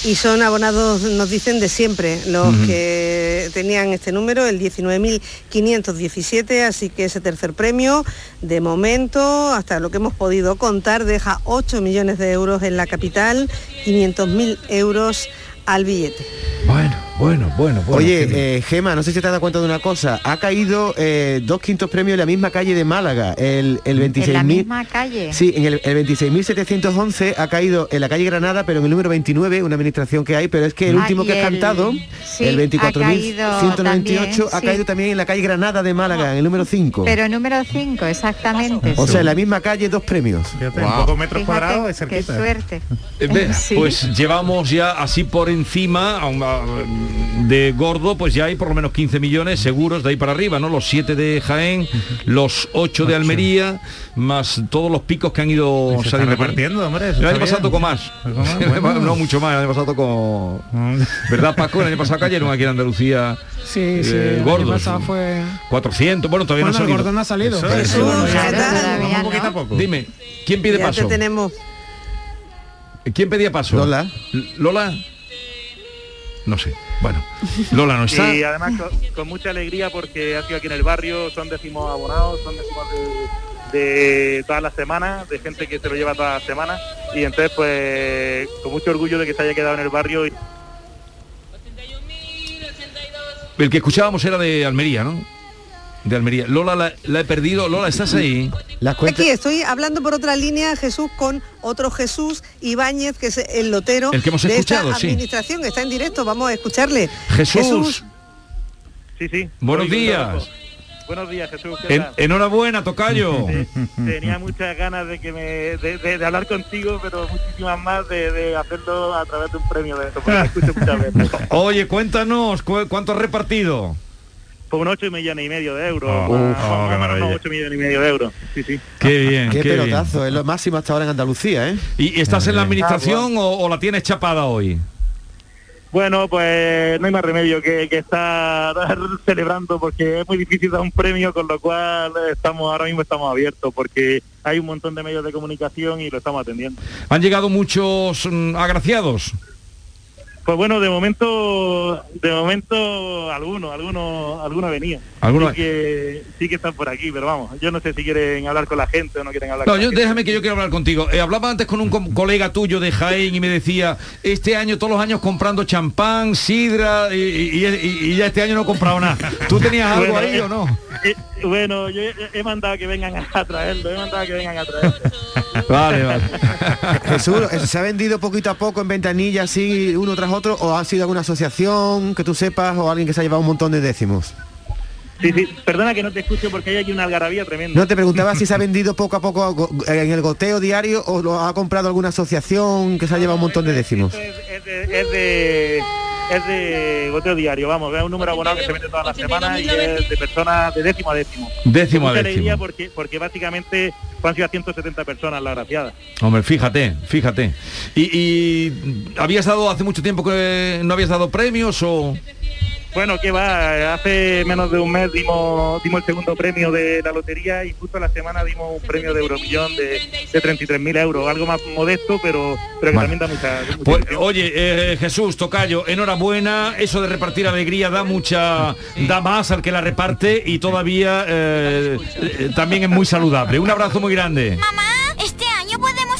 [SPEAKER 20] y son abonados, nos dicen, de siempre, los
[SPEAKER 37] Ujú.
[SPEAKER 20] que tenían este número, el 19.517, así que ese tercer premio, de momento, hasta lo que hemos podido contar, deja 8 millones de euros en la capital, 500.000 euros al billete.
[SPEAKER 3] Bueno, bueno, bueno.
[SPEAKER 5] Oye, eh, Gema, no sé si te has dado cuenta de una cosa. Ha caído eh, dos quintos premios en la misma calle de Málaga. El, el
[SPEAKER 1] En la
[SPEAKER 5] 26.000...
[SPEAKER 1] misma calle.
[SPEAKER 5] Sí, en el, el 26.711 ha caído en la calle Granada, pero en el número 29, una administración que hay, pero es que el
[SPEAKER 1] Ah,
[SPEAKER 5] último
[SPEAKER 1] y
[SPEAKER 5] que ha
[SPEAKER 1] el-
[SPEAKER 5] cantado,
[SPEAKER 1] sí,
[SPEAKER 5] el
[SPEAKER 1] ha caído
[SPEAKER 5] 24.198, ha
[SPEAKER 1] también,
[SPEAKER 5] caído
[SPEAKER 1] sí.
[SPEAKER 5] también en la calle Granada de Málaga, en el número 5.
[SPEAKER 1] Pero número 5, exactamente.
[SPEAKER 5] O
[SPEAKER 1] sí.
[SPEAKER 5] sea, en la misma calle, dos premios.
[SPEAKER 1] Guau. Fíjate, Qué suerte.
[SPEAKER 3] Eh,
[SPEAKER 29] <laughs>
[SPEAKER 3] ve,
[SPEAKER 1] Sí.
[SPEAKER 3] Pues llevamos ya así por encima a un- a- de gordo, pues ya hay por lo menos 15 millones seguros de ahí para arriba, ¿no? Los 7 de Jaén, los 8 de Almería, más todos los picos que han ido
[SPEAKER 29] Pues Se está
[SPEAKER 3] saliendo.
[SPEAKER 29] repartiendo, hombre, eso
[SPEAKER 3] El año
[SPEAKER 29] está
[SPEAKER 3] pasado
[SPEAKER 29] bien. Pues
[SPEAKER 3] tocó más. <laughs>
[SPEAKER 29] más,
[SPEAKER 3] El año
[SPEAKER 29] bueno.
[SPEAKER 3] pa- No mucho más, el año pasado
[SPEAKER 29] <laughs>
[SPEAKER 3] tocó... ¿Verdad, Paco? El año pasado cayeron aquí en Andalucía
[SPEAKER 24] Sí, sí,
[SPEAKER 3] eh,
[SPEAKER 24] el año
[SPEAKER 3] gordos.
[SPEAKER 24] pasado fue...
[SPEAKER 3] 400, bueno, todavía
[SPEAKER 24] Bueno,
[SPEAKER 3] no ha
[SPEAKER 24] el
[SPEAKER 3] salido.
[SPEAKER 24] gordo no ha salido.
[SPEAKER 3] Eso
[SPEAKER 24] Pero
[SPEAKER 3] es.
[SPEAKER 24] sí, bueno,
[SPEAKER 1] Claro, todavía no.
[SPEAKER 3] Dime, ¿quién pide
[SPEAKER 20] ya
[SPEAKER 3] paso?
[SPEAKER 20] te tenemos.
[SPEAKER 3] ¿Quién pedía paso? Lola. Lola. No sé. Bueno,
[SPEAKER 30] <laughs>
[SPEAKER 3] Lola no está.
[SPEAKER 30] Y además con, con mucha alegría porque ha sido aquí en el barrio, son décimos abonados, son décimos de, de todas las semanas, de gente que se lo lleva todas las semanas. Y entonces pues con mucho orgullo de que se haya quedado en el barrio. y-
[SPEAKER 3] El que escuchábamos era de Almería, ¿no? De Almería. Lola la, la he perdido. Lola, ¿estás ahí?
[SPEAKER 5] Las
[SPEAKER 20] Aquí estoy hablando por otra línea, Jesús, con otro Jesús Ibáñez, que es el lotero
[SPEAKER 3] El que hemos
[SPEAKER 20] de
[SPEAKER 3] escuchado,
[SPEAKER 20] esta
[SPEAKER 3] sí.
[SPEAKER 20] administración, está en directo, vamos a escucharle.
[SPEAKER 3] Jesús.
[SPEAKER 30] Sí, sí.
[SPEAKER 3] Buenos
[SPEAKER 30] Soy un
[SPEAKER 3] días.
[SPEAKER 30] loco. Buenos días, Jesús. ¿qué
[SPEAKER 3] En-
[SPEAKER 30] tal? <laughs>
[SPEAKER 3] enhorabuena, Tocayo.
[SPEAKER 30] Tenía muchas ganas de que me de, de- de hablar contigo, pero muchísimas más de, de hacerlo a través de un premio de esto, porque
[SPEAKER 3] <laughs>
[SPEAKER 30] te escucho muchas veces.
[SPEAKER 3] Oye, cuéntanos, cu- ¿cuánto has repartido?
[SPEAKER 30] Por unos 8 millones y medio de euros. más-
[SPEAKER 3] Oh, oh,
[SPEAKER 30] más
[SPEAKER 3] qué
[SPEAKER 30] o menos
[SPEAKER 3] maravilla.
[SPEAKER 30] unos 8 millones y medio de euros. Sí, sí.
[SPEAKER 3] Qué bien,
[SPEAKER 5] Qué,
[SPEAKER 3] qué bien.
[SPEAKER 5] pelotazo, es lo máximo hasta ahora en Andalucía, ¿eh?
[SPEAKER 3] ¿Y estás
[SPEAKER 30] Ah,
[SPEAKER 3] en la administración o, o la tienes chapada hoy?
[SPEAKER 30] Bueno, pues no hay más remedio que, que estar <laughs> celebrando porque es muy difícil dar un premio, con lo cual estamos ahora mismo estamos abiertos porque hay un montón de medios de comunicación y lo estamos atendiendo.
[SPEAKER 3] ¿Han llegado muchos mm, agraciados?
[SPEAKER 30] Pues bueno, de momento, de momento alguno, alguno, alguno venía.
[SPEAKER 3] Alguno-
[SPEAKER 30] Sí que, sí que están por aquí, pero vamos, yo no sé si quieren hablar con la gente o no quieren hablar
[SPEAKER 3] No,
[SPEAKER 30] con la
[SPEAKER 3] yo-
[SPEAKER 30] gente.
[SPEAKER 3] déjame que yo quiero hablar contigo. Eh, hablaba antes con un com- colega tuyo de Jaén y me decía, este año todos los años comprando champán, sidra y, y- y- y ya este año no he comprado nada. ¿Tú tenías algo
[SPEAKER 30] Bueno,
[SPEAKER 3] ahí o no?
[SPEAKER 30] eh, eh, bueno, yo he, he mandado que vengan a traerlo, he mandado que vengan a traerlo.
[SPEAKER 3] Vale, vale.
[SPEAKER 5] <laughs> Jesús, ¿eh, ¿se ha vendido poquito a poco en ventanilla así uno tras otro o ha sido alguna asociación que tú sepas o alguien que se ha llevado un montón de décimos?
[SPEAKER 30] Sí, sí, perdona que no te escucho porque hay aquí una algarabía tremenda.
[SPEAKER 5] No te preguntaba si se ha vendido poco a poco go- en el goteo diario o lo ha comprado alguna asociación que se ha llevado un montón de décimos.
[SPEAKER 30] Es de, es de, es de goteo diario, vamos, es un número abonado que se vende todas las semanas y es de personas de décimo a décimo.
[SPEAKER 3] Décimo a
[SPEAKER 30] Mucha
[SPEAKER 3] décimo.
[SPEAKER 30] alegría porque, porque básicamente han sido 170 personas la graciada.
[SPEAKER 3] Hombre, fíjate, fíjate. ¿Y, y habías dado hace mucho tiempo que no habías dado premios o...?
[SPEAKER 30] Bueno, que va, hace menos de un mes dimos, dimos el segundo premio de la lotería y justo a la semana dimos un premio de Euromillón de, de 33.000 euros, algo más modesto, pero, pero que también da mucha... mucha
[SPEAKER 3] Pues, oye, eh, Jesús, Tocayo, enhorabuena. Eso de repartir alegría da mucha, da más al que la reparte y todavía eh, eh, también es muy saludable. Un abrazo muy grande.
[SPEAKER 32] Este año podemos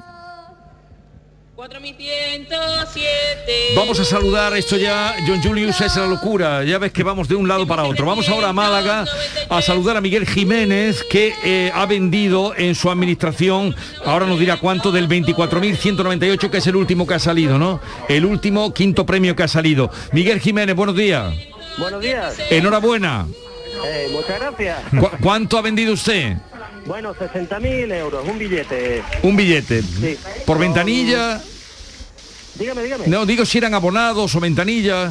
[SPEAKER 22] 4107.
[SPEAKER 3] Vamos a saludar esto ya. John Julius es la locura. Ya ves que vamos de un lado para otro. Vamos ahora a Málaga a saludar a Miguel Jiménez que eh, ha vendido en su administración, ahora nos dirá cuánto, del 24.198 que es el último que ha salido, ¿no? El último quinto premio que ha salido. Miguel Jiménez, buenos días.
[SPEAKER 33] Buenos días.
[SPEAKER 3] Enhorabuena.
[SPEAKER 33] Eh, muchas gracias.
[SPEAKER 3] ¿Cu- ¿Cuánto ha vendido usted?
[SPEAKER 33] Bueno, 60.000 euros, un billete.
[SPEAKER 3] Un billete.
[SPEAKER 33] Sí.
[SPEAKER 3] Por ventanilla.
[SPEAKER 33] Dígame, dígame.
[SPEAKER 3] No, digo si eran abonados o ventanilla.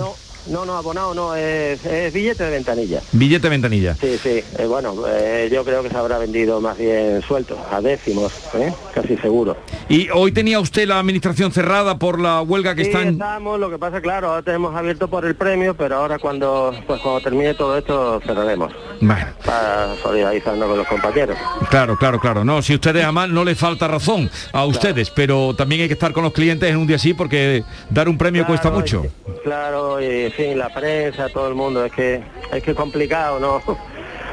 [SPEAKER 33] No, no, abonado no, es, es billete de ventanilla.
[SPEAKER 3] Billete ventanilla.
[SPEAKER 33] Sí, sí, eh, bueno, eh, yo creo que se habrá vendido más bien suelto, a décimos, ¿eh? casi seguro.
[SPEAKER 3] Y hoy tenía usted la administración cerrada por la huelga que
[SPEAKER 33] Sí,
[SPEAKER 3] está en...
[SPEAKER 33] estamos, lo que pasa, claro, ahora tenemos abierto por el premio, pero ahora cuando pues cuando termine todo esto cerraremos. Para solidarizarnos con los compañeros.
[SPEAKER 3] Claro, claro, claro. No, si ustedes aman, no les falta razón a ustedes, pero también hay que estar con los clientes en un día así porque dar un premio cuesta
[SPEAKER 33] Claro,
[SPEAKER 3] mucho.
[SPEAKER 33] y- claro, y en fin, la prensa, todo el mundo, es que es que es complicado, ¿no? <laughs>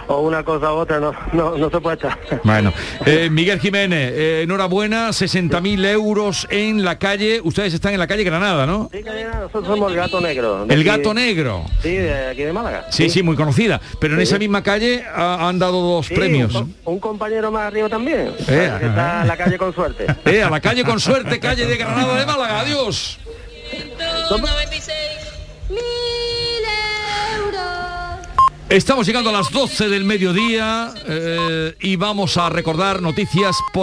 [SPEAKER 33] O una cosa u otra, no, no, no se puede estar.
[SPEAKER 3] Bueno, eh, Miguel Jiménez, eh, enhorabuena, 60.000 euros en la calle. Ustedes están en la calle Granada, ¿no?
[SPEAKER 33] Sí, Carolina, nosotros somos el gato negro. de
[SPEAKER 3] El
[SPEAKER 33] aquí-
[SPEAKER 3] gato negro.
[SPEAKER 33] Sí, de aquí de Málaga.
[SPEAKER 3] Sí, sí, muy conocida. Pero en esa misma calle ha- han dado dos
[SPEAKER 33] Sí,
[SPEAKER 3] premios.
[SPEAKER 33] Un, co- un compañero más arriba también.
[SPEAKER 3] Eh,
[SPEAKER 33] que está en la calle con suerte.
[SPEAKER 3] Eh, a la <laughs> calle con suerte, calle de Granada de Málaga. Adiós. Estamos llegando a las 12 del mediodía eh, y vamos a recordar noticias por